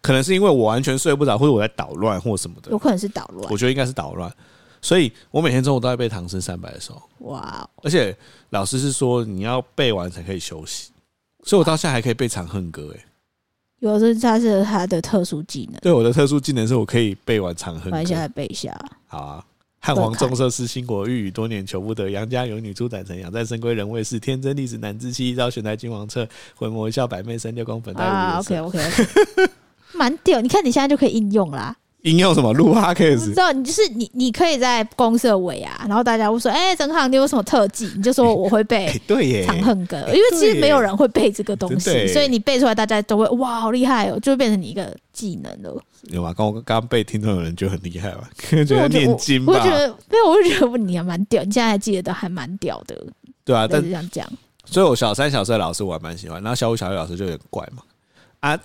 Speaker 1: 可能是因为我完全睡不着，或者我在捣乱或什么的
Speaker 2: 有，可能是捣乱
Speaker 1: 我。觉得应该是捣乱，所以我每天中午都在背唐诗三百首，
Speaker 2: 哇哦，
Speaker 1: 而且老师是说你要背完才可以休息，所以我到现在还可以背《长恨歌》哎，
Speaker 2: 有的是他是他的特殊技能，
Speaker 1: 对我的特殊技能是我可以背完《长恨
Speaker 2: 我现
Speaker 1: 歌》，
Speaker 2: 在背一下。
Speaker 1: 好啊。汉皇重色是新国，欲与多年求不得。杨家有女初载成，养在深闺人未识。天真历子难知悉，一朝悬台君王侧。魂魔一笑百媚生，六宫粉黛
Speaker 2: 啊
Speaker 1: 无
Speaker 2: ，OK
Speaker 1: 颜色。
Speaker 2: OK，蛮屌！你看你现在就可以应用啦。
Speaker 1: 应用什么录
Speaker 2: 不
Speaker 1: podcast？
Speaker 2: 知道，你就是你，你可以在公社尾啊，然后大家会说：“哎、陈航，你有什么特技？”你就说：“我会背
Speaker 1: 哎，对耶，
Speaker 2: 《长恨歌》，因为其实没有人会背这个东
Speaker 1: 真的
Speaker 2: 西，
Speaker 1: 耶
Speaker 2: 所以你背出来，大家都会哇，好厉害哦，就会变成你一个技能了。
Speaker 1: 有吗？刚我刚刚被听众有人觉得很厉害吧？可 能觉
Speaker 2: 所以
Speaker 1: 得
Speaker 2: 我就
Speaker 1: 念经
Speaker 2: 我
Speaker 1: 吧
Speaker 2: 就觉，得没有，我就觉得你还蛮屌，你现在还记得的还蛮屌的，
Speaker 1: 对啊。
Speaker 2: 就
Speaker 1: 但
Speaker 2: 是这样讲。
Speaker 1: 所以我小三、小四的老师我还蛮喜欢，然后小五、小六老师就有点怪嘛。啊，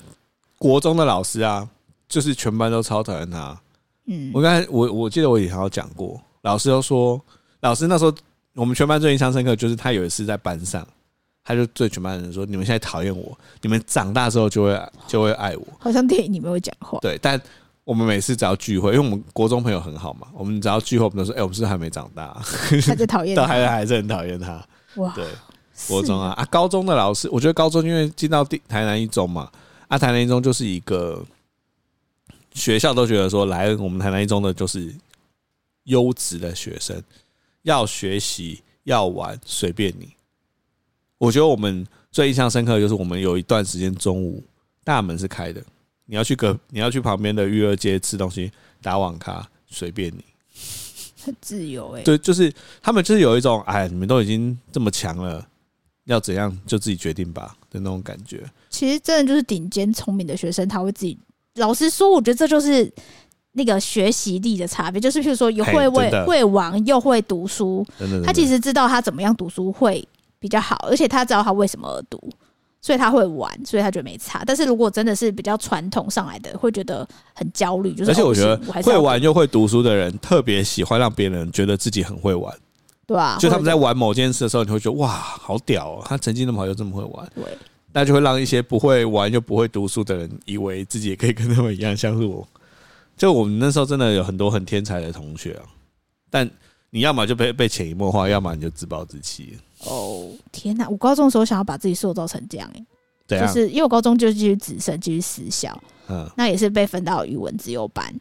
Speaker 1: 国中的老师啊，就是全班都超讨厌他。
Speaker 2: 嗯
Speaker 1: 我，刚才我我记得我以前有讲过，老师都说，老师那时候我们全班最印象深刻就是他有一次在班上，他就对全班人说：“你们现在讨厌我，你们长大之后就会就会爱我。”
Speaker 2: 好像电影里面会讲话，
Speaker 1: 对，但我们每次只要聚会，因为我们国中朋友很好嘛，我们只要聚会，我们都说，哎、我们是不是还没长大、啊，
Speaker 2: 他在 讨厌
Speaker 1: 到还
Speaker 2: 你
Speaker 1: 还是很讨厌他。
Speaker 2: 哇，
Speaker 1: 对，
Speaker 2: 是
Speaker 1: 国中啊，啊，高中的老师，我觉得高中因为进到地台南一中嘛，啊，台南一中就是一个学校都觉得说，来我们台南一中的就是优质的学生，要学习要玩随便你。我觉得我们最印象深刻的就是我们有一段时间中午大门是开的，你要去隔你要去旁边的娱乐街吃东西打网咖随便你。
Speaker 2: 很自由哎、
Speaker 1: 对，就是他们就是有一种，哎，你们都已经这么强了，要怎样就自己决定吧的那种感觉。
Speaker 2: 其实真的就是顶尖聪明的学生，他会自己。老实说，我觉得这就是那个学习力的差别，就是譬如说，有
Speaker 1: 嘿
Speaker 2: 会会
Speaker 1: 真的
Speaker 2: 会玩，又会读书，
Speaker 1: 真的，
Speaker 2: 他
Speaker 1: 真的
Speaker 2: 其实知道他怎么样读书会比较好，而且他知道他为什么而读，所以他会玩，所以他觉得没差。但是如果真的是比较传统上来的，会觉得很焦虑，就是
Speaker 1: 而且
Speaker 2: 哦
Speaker 1: 我觉得
Speaker 2: 不行还是
Speaker 1: 会
Speaker 2: 要
Speaker 1: 玩又会读书的人，特别喜欢让别人觉得自己很会玩。
Speaker 2: 对啊，
Speaker 1: 就他们在
Speaker 2: 或
Speaker 1: 玩某件事的时候，你会觉得哇，好屌、哦，他成绩那么好，又这么会玩，
Speaker 2: 者对
Speaker 1: 那就会让一些不会玩又不会读书的人，以为自己也可以跟他们一样，像是我。就我们那时候真的有很多很天才的同学啊，但你要么就被被潜移默化，要么你就自暴自弃。
Speaker 2: 哦，天哪！我高中的时候想要把自己塑造成这样、欸，
Speaker 1: 怎
Speaker 2: 就
Speaker 1: 样？
Speaker 2: 是因为我高中就继续直升，继续私校，
Speaker 1: 啊嗯，
Speaker 2: 那也是被分到语文自由班。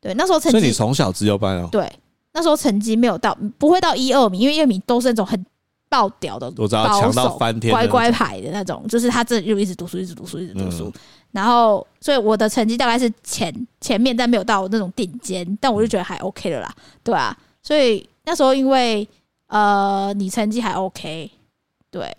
Speaker 2: 对，那时候成
Speaker 1: 所以你
Speaker 2: 绩
Speaker 1: 从小自由班哦，
Speaker 2: 对，那时候成绩没有到，不会到一二名，因为一二名都是那种很爆屌的
Speaker 1: 我知道
Speaker 2: 保
Speaker 1: 强到
Speaker 2: 守
Speaker 1: 翻天的
Speaker 2: 乖
Speaker 1: 那种，
Speaker 2: 乖牌的那种，就是他真的就一直读书，一直读书，一直读书。
Speaker 1: 嗯
Speaker 2: 然后，所以我的成绩大概是前前面，但没有到那种顶尖，但我就觉得还 OK 了啦，对啊。所以那时候因为呃，你成绩还 OK，对，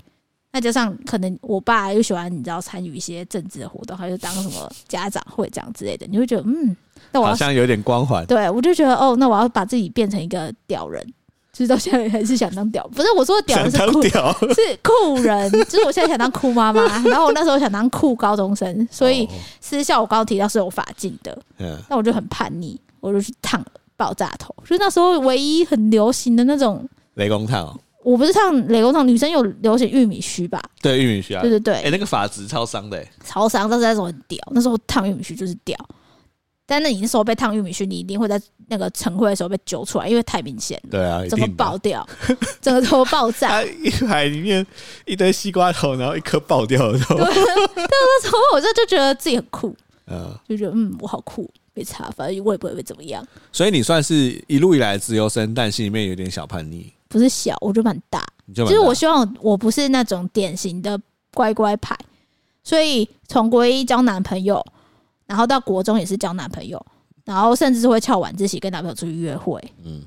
Speaker 2: 那加上可能我爸又喜欢你知道参与一些政治的活动，还是当什么家长会这样之类的，你会觉得嗯，那我
Speaker 1: 好
Speaker 2: 要
Speaker 1: 像有点光环。
Speaker 2: 对，我就觉得哦，那我要把自己变成一个屌人，就是到现在还是想当屌，不是我说的屌
Speaker 1: 想
Speaker 2: 人是
Speaker 1: 当
Speaker 2: 酷
Speaker 1: 屌，
Speaker 2: 是酷人，就是我现在想当酷妈妈，然后我那时候想当酷高中生，所以
Speaker 1: 哦，
Speaker 2: 私校我刚刚提到是有法禁的，
Speaker 1: 嗯，
Speaker 2: 那我就很叛逆，我就去烫爆炸头，就是那时候唯一很流行的那种，
Speaker 1: 雷公烫哦，
Speaker 2: 我不是烫雷公烫，女生有流行玉米须吧？
Speaker 1: 对，玉米须啊
Speaker 2: 对，对对，
Speaker 1: 哎，那个发质超伤的，欸
Speaker 2: 超商，但是那时候很屌，那时候烫玉米须就是屌。但那你那时候被烫玉米须，你一定会在那个晨会的时候被揪出来，因为太明显了，
Speaker 1: 对啊，一
Speaker 2: 整个
Speaker 1: 定的
Speaker 2: 爆掉，整个头爆
Speaker 1: 它
Speaker 2: 炸。
Speaker 1: 一海里面一堆西瓜头，然后一颗爆掉的头
Speaker 2: 对，，那时候我就就觉得自己很酷，
Speaker 1: 嗯，
Speaker 2: 就觉得嗯，我好酷，没差，反正我也不会被怎么样。
Speaker 1: 所以你算是一路以来自由生，但心里面有点小叛逆，
Speaker 2: 不是小，我就蛮大，
Speaker 1: 你就
Speaker 2: 就
Speaker 1: 蛮
Speaker 2: 是我
Speaker 1: 大
Speaker 2: 希望我不是那种典型的乖乖牌，所以从国一交男朋友，然后到国中也是交男朋友，然后甚至是会翘晚自习跟男朋友出去约会。
Speaker 1: 嗯，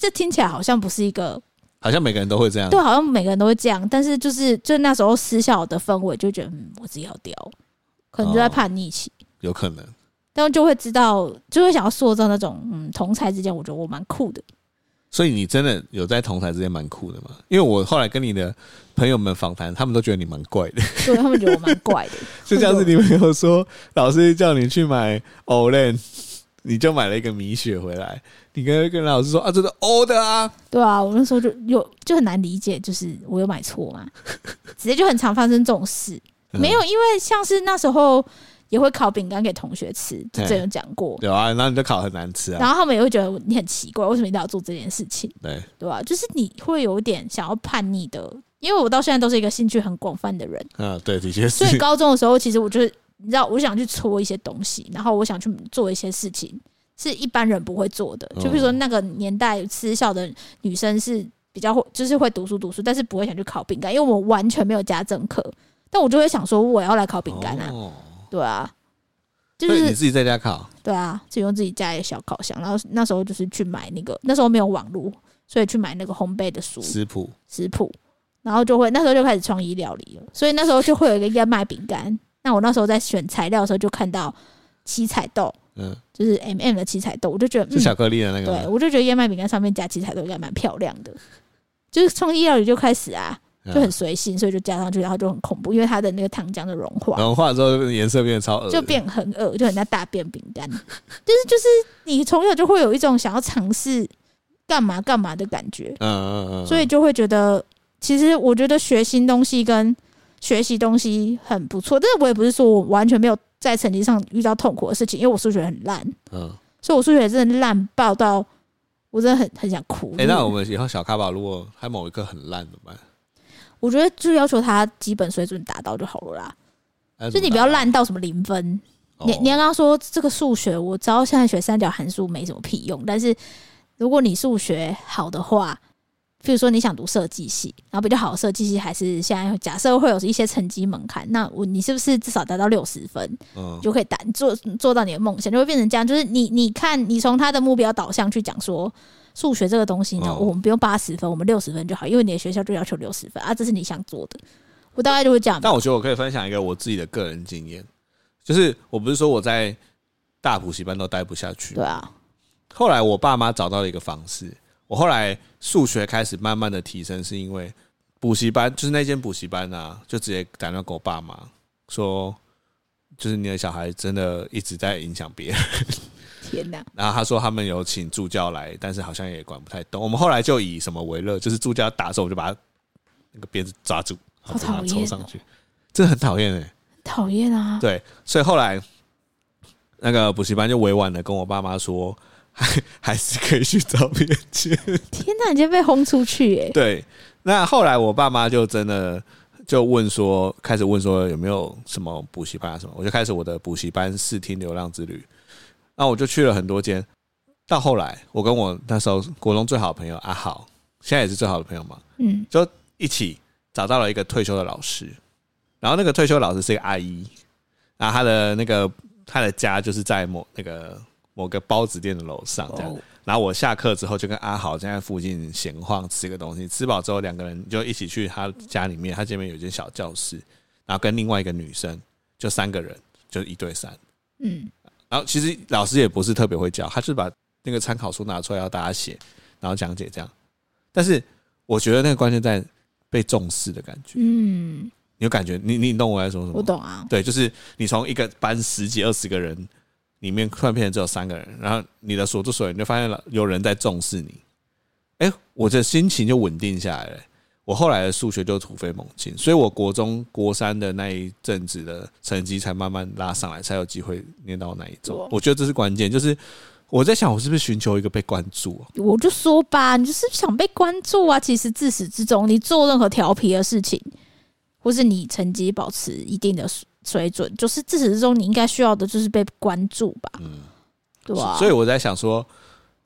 Speaker 2: 这听起来好像不是一个
Speaker 1: 好像每个人都会这样，
Speaker 2: 对，好啊像每个人都会这样，但是就是就那时候私校的氛围，就觉得嗯，我自己好屌，可能就在叛逆期，
Speaker 1: 有可能。
Speaker 2: 但就会知道，就会想要塑造那种嗯，同才之间，我觉得我蛮酷的。
Speaker 1: 所以你真的有在同台之间蛮酷的嘛？因为我后来跟你的朋友们访谈，他们都觉得你蛮怪的，
Speaker 2: 对他们觉得我蛮怪的，
Speaker 1: 就像是你朋友说，老师叫你去买 Olen，你就买了一个米雪回来，你跟跟老师说啊，这是欧的啊，
Speaker 2: 对啊，我那时候就有就很难理解，就是我有买 错嘛，直接就很常发生这种事。
Speaker 1: 嗯
Speaker 2: 没有，因为像是那时候也会烤饼干给同学吃，之前
Speaker 1: 对
Speaker 2: 有讲过，
Speaker 1: 对啊，然后你就烤很难吃啊，
Speaker 2: 然后他们也会觉得你很奇怪，为什么一定要做这件事情？
Speaker 1: 对，
Speaker 2: 对吧、就是你会有点想要叛逆的，因为我到现在都是一个兴趣很广泛的人，
Speaker 1: 嗯，对，的确是
Speaker 2: 所，以高中的时候，其实我就是你知道，我想去搓一些东西，然后我想去做一些事情，是一般人不会做的。
Speaker 1: 哦
Speaker 2: 就比如说那个年代，私校的女生是比较会，就是会读书读书，但是不会想去烤饼干，因为我们完全没有家政课。但我就会想说，我要来烤饼干啊，
Speaker 1: 哦
Speaker 2: 对啊，就
Speaker 1: 所以你
Speaker 2: 是
Speaker 1: 自己在家烤，
Speaker 2: 对啊，自己用自己家里的小烤箱，然后那时候就是去买那个，那时候没有网络，所以去买那个烘焙的书，
Speaker 1: 食谱
Speaker 2: 食谱，然后就会那时候就开始创意料理了，所以那时候就会有一个燕麦饼干。那我那时候在选材料的时候就看到七彩豆，
Speaker 1: 嗯，
Speaker 2: 就是 M、m 的七彩豆，我就觉得
Speaker 1: 是巧
Speaker 2: 嗯，
Speaker 1: 克力的那个
Speaker 2: 对
Speaker 1: 吗，
Speaker 2: 我就觉得燕麦饼干上面加七彩豆应该蛮漂亮的，就是创意料理就开始啊，
Speaker 1: 嗯
Speaker 2: 就很随性，所以就加上去，然后就很恐怖，因为它的那个糖浆的融化。
Speaker 1: 融化之后颜色变得超恶的，
Speaker 2: 就变很恶，就很像大便饼干，就是就是你从小就会有一种想要尝试干嘛干嘛的感觉，
Speaker 1: 嗯，嗯嗯嗯，
Speaker 2: 所以就会觉得，其实我觉得学新东西跟学习东西很不错，但是我也不是说我完全没有在成绩上遇到痛苦的事情，因为我数学很烂，
Speaker 1: 嗯，
Speaker 2: 所以我数学真的烂爆到我真的很很想哭。
Speaker 1: 哎，那我们以后小咖宝如果他某一科很烂怎么办？
Speaker 2: 我觉得就要求他基本水准达到就好了啦，
Speaker 1: 嗯那
Speaker 2: 就
Speaker 1: 怎么
Speaker 2: 你不要
Speaker 1: 办，
Speaker 2: 烂到什么零分。
Speaker 1: 哦
Speaker 2: 你你刚刚说这个数学，我知道现在学三角函数没什么屁用，但是如果你数学好的话，譬如说你想读设计系，然后比较好的设计系还是现在假设会有一些成绩门槛，那我你是不是至少达到六十分，
Speaker 1: 嗯
Speaker 2: 你就可以达做做到你的梦想，就会变成这样？就是你你看，你从他的目标导向去讲说。数学这个东西呢，
Speaker 1: 哦
Speaker 2: 我们不用八十分，我们六十分就好，因为你的学校就要求六十分啊，这是你想做的。我大概就会这样吧。
Speaker 1: 但我觉得我可以分享一个我自己的个人经验，就是我不是说我在大补习班都待不下去
Speaker 2: 对，啊，
Speaker 1: 后来我爸妈找到了一个方式，我后来数学开始慢慢的提升，是因为补习班就是那间补习班啊，就直接打电话给我爸妈说，就是你的小孩真的一直在影响别人。
Speaker 2: 天哪！
Speaker 1: 然后他说他们有请助教来，但是好像也管不太懂。我们后来就以什么为乐，就是助教打的时候我就把他那个鞭子抓住，
Speaker 2: 好
Speaker 1: 然后把他
Speaker 2: 讨
Speaker 1: 抽
Speaker 2: 厌
Speaker 1: 上
Speaker 2: 哦
Speaker 1: 去，真的很讨厌哎、
Speaker 2: 讨 厌啊！
Speaker 1: 对，所以后来那个补习班就委婉的跟我爸妈说， 还是可以去 找别人借。
Speaker 2: 天哪，你今天被轰出去耶、
Speaker 1: 对，那后来我爸妈就真的就问说，开始问说有没有什么补习班啊什么，我就开始我的补习班试听流浪之旅。那我就去了很多间，到后来我跟我那时候国中最好的朋友阿豪，现在也是最好的朋友嘛，
Speaker 2: 嗯，
Speaker 1: 一起找到了一个退休的老师，然后那个退休老师是一个阿姨，然后她的那个她的家就是在某那个某个包子店的楼上这样。
Speaker 2: 哦
Speaker 1: 然后我下课之后就跟阿豪在那附近闲晃，吃个东西，吃饱之后两个人就一起去他家里面，他这边有一间小教室，然后跟另外一个女生，就三个人，就一对三。
Speaker 2: 嗯，
Speaker 1: 然后其实老师也不是特别会教，他是把那个参考书拿出来要大家写，然后讲解这样。但是我觉得那个关键在被重视的感觉，
Speaker 2: 嗯，
Speaker 1: 你有感觉？你你懂我在说什么？
Speaker 2: 我懂啊，
Speaker 1: 对，就是你从一个班十几二十个人里面，突然变成只有三个人，然后你的所作所为，你就发现了有人在重视你。哎、我的心情就稳定下来了、我后来的数学就突飞猛进，所以我国中国三的那一阵子的成绩才慢慢拉上来，才有机会念到那一种
Speaker 2: 哇。
Speaker 1: 我觉得这是关键，就是我在想，我是不是寻求一个被关注、啊？
Speaker 2: 我就说吧，你就是想被关注啊。其实自始至终，你做任何调皮的事情，或是你成绩保持一定的水水准，就是自始至终你应该需要的就是被关注吧。
Speaker 1: 嗯
Speaker 2: 对啊，
Speaker 1: 所以我在想说，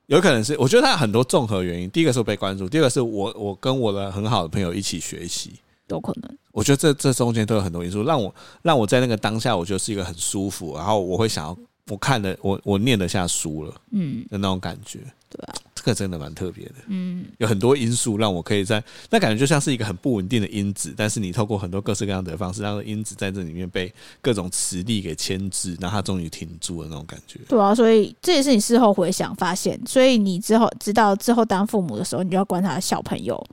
Speaker 1: 有可能是我觉得它很多综合原因。第一个是我被关注，第二个是我我跟我的很好的朋友一起学习，
Speaker 2: 有可能，
Speaker 1: 我觉得这这中间都有很多因素，让我让我在那个当下，我觉得是一个很舒服，然后我会想要我看的我我念得下书了
Speaker 2: 嗯，
Speaker 1: 的那种感觉。
Speaker 2: 对啊，
Speaker 1: 这个真的蛮特别的，
Speaker 2: 嗯，
Speaker 1: 有很多因素让我可以在那感觉就像是一个很不稳定的因子，但是你透过很多各式各样的方式，让因子在这里面被各种磁力给牵制，然后它终于停住了那种感觉。
Speaker 2: 对啊，所以这也是你事后回想发现，所以你之后知道之后当父母的时候，你就要观察小朋友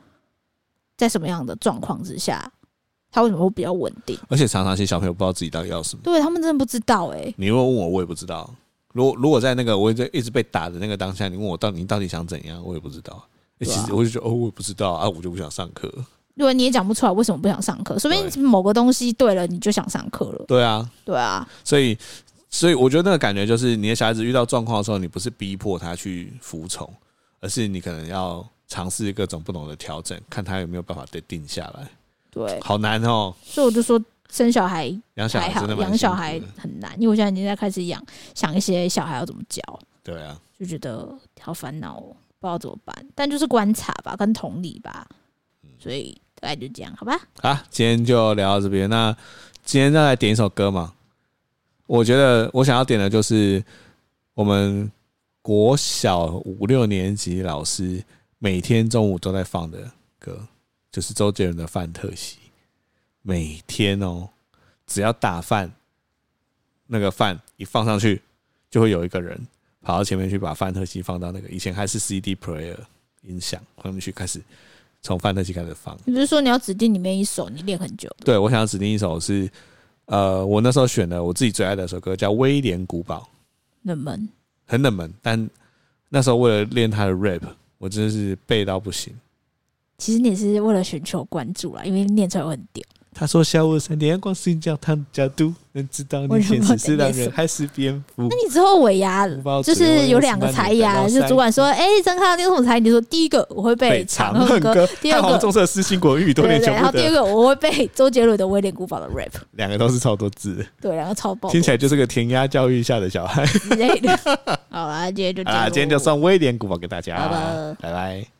Speaker 2: 在什么样的状况之下，他为什么会比较稳定。
Speaker 1: 而且常常些小朋友不知道自己到底要什么。
Speaker 2: 对他们真的不知道哎、
Speaker 1: 你如果问我，我也不知道。如果如果在那个我一直一直被打的那个当下，你问我到底你到底想怎样，我也不知道。欸
Speaker 2: 对
Speaker 1: 其
Speaker 2: 啊
Speaker 1: 实我就觉得哦，我也不知道啊，我就不想上课。
Speaker 2: 如果你也讲不出来为什么不想上课，说不定某个东西对了，你就想上课了。
Speaker 1: 对啊，
Speaker 2: 对啊，
Speaker 1: 所以所以我觉得那个感觉就是，你的小孩子遇到状况的时候，你不是逼迫他去服从，而是你可能要尝试各种不同的调整，看他有没有办法得定下来。
Speaker 2: 对，
Speaker 1: 好难哦，
Speaker 2: 所以我就说生小孩
Speaker 1: 养小
Speaker 2: 还
Speaker 1: 孩
Speaker 2: 好
Speaker 1: 真的，蛮
Speaker 2: 养小
Speaker 1: 辛苦
Speaker 2: 孩
Speaker 1: 的
Speaker 2: 很难，因为我现在已经在开始养，想一些小孩要怎么教，
Speaker 1: 对啊，
Speaker 2: 就觉得好烦恼哦，不知道怎么办。但就是观察吧，跟同理吧，
Speaker 1: 嗯
Speaker 2: 所以大概就这样，好吧？
Speaker 1: 好，今天就聊到这边。那今天再来点一首歌嘛？我觉得我想要点的就是我们国小五六年级老师每天中午都在放的歌，就是周杰伦的《范特西》。每天哦，只要打饭，那个饭一放上去，就会有一个人跑到前面去把范特西放到那个以前还是 CD player 音响，他们去开始从范特西开始放。
Speaker 2: 你不是说你要指定里面一首，你练很久
Speaker 1: 对，我想要指定一首是，呃，我那时候选的我自己最爱的一首歌叫《威廉古堡》，
Speaker 2: 冷门，
Speaker 1: 很冷门，但那时候为了练他的 rap，我真的是背到不行。
Speaker 2: 其实你也是为了寻求关注啦，因为念出来会很屌。
Speaker 1: 他说下午三点光是教堂角度，能知道
Speaker 2: 为
Speaker 1: 你
Speaker 2: 什么
Speaker 1: 现实是让
Speaker 2: 在念什
Speaker 1: 人
Speaker 2: 么
Speaker 1: 还是蝙蝠。
Speaker 2: 那你之后尾牙
Speaker 1: 不包
Speaker 2: 就
Speaker 1: 嘴
Speaker 2: 是有两个才
Speaker 1: 我
Speaker 2: 牙，
Speaker 1: 也
Speaker 2: 就
Speaker 1: 慢慢
Speaker 2: 是
Speaker 1: 等到
Speaker 2: 主管说：“哎、张康，你有什么才艺？”你说：“第一个我会背
Speaker 1: 被
Speaker 2: 长
Speaker 1: 长
Speaker 2: 恨
Speaker 1: 恨
Speaker 2: 歌，
Speaker 1: 歌，
Speaker 2: 第二
Speaker 1: 汉
Speaker 2: 个
Speaker 1: 皇重色诗情广欲，多
Speaker 2: 对对
Speaker 1: 年
Speaker 2: 对，
Speaker 1: 全
Speaker 2: 然
Speaker 1: 部
Speaker 2: 后第二
Speaker 1: 得，
Speaker 2: 个我会背 周杰伦的《威廉古堡》的 rap，
Speaker 1: 两个都是超多字的，
Speaker 2: 对，两个超爆
Speaker 1: 听起来就是个填鸭教育下的小 孩
Speaker 2: 之类的。好啦，今天就这样
Speaker 1: 啊！
Speaker 2: 咯，
Speaker 1: 今天就送威廉古堡给大家
Speaker 2: 拜拜，
Speaker 1: 拜拜。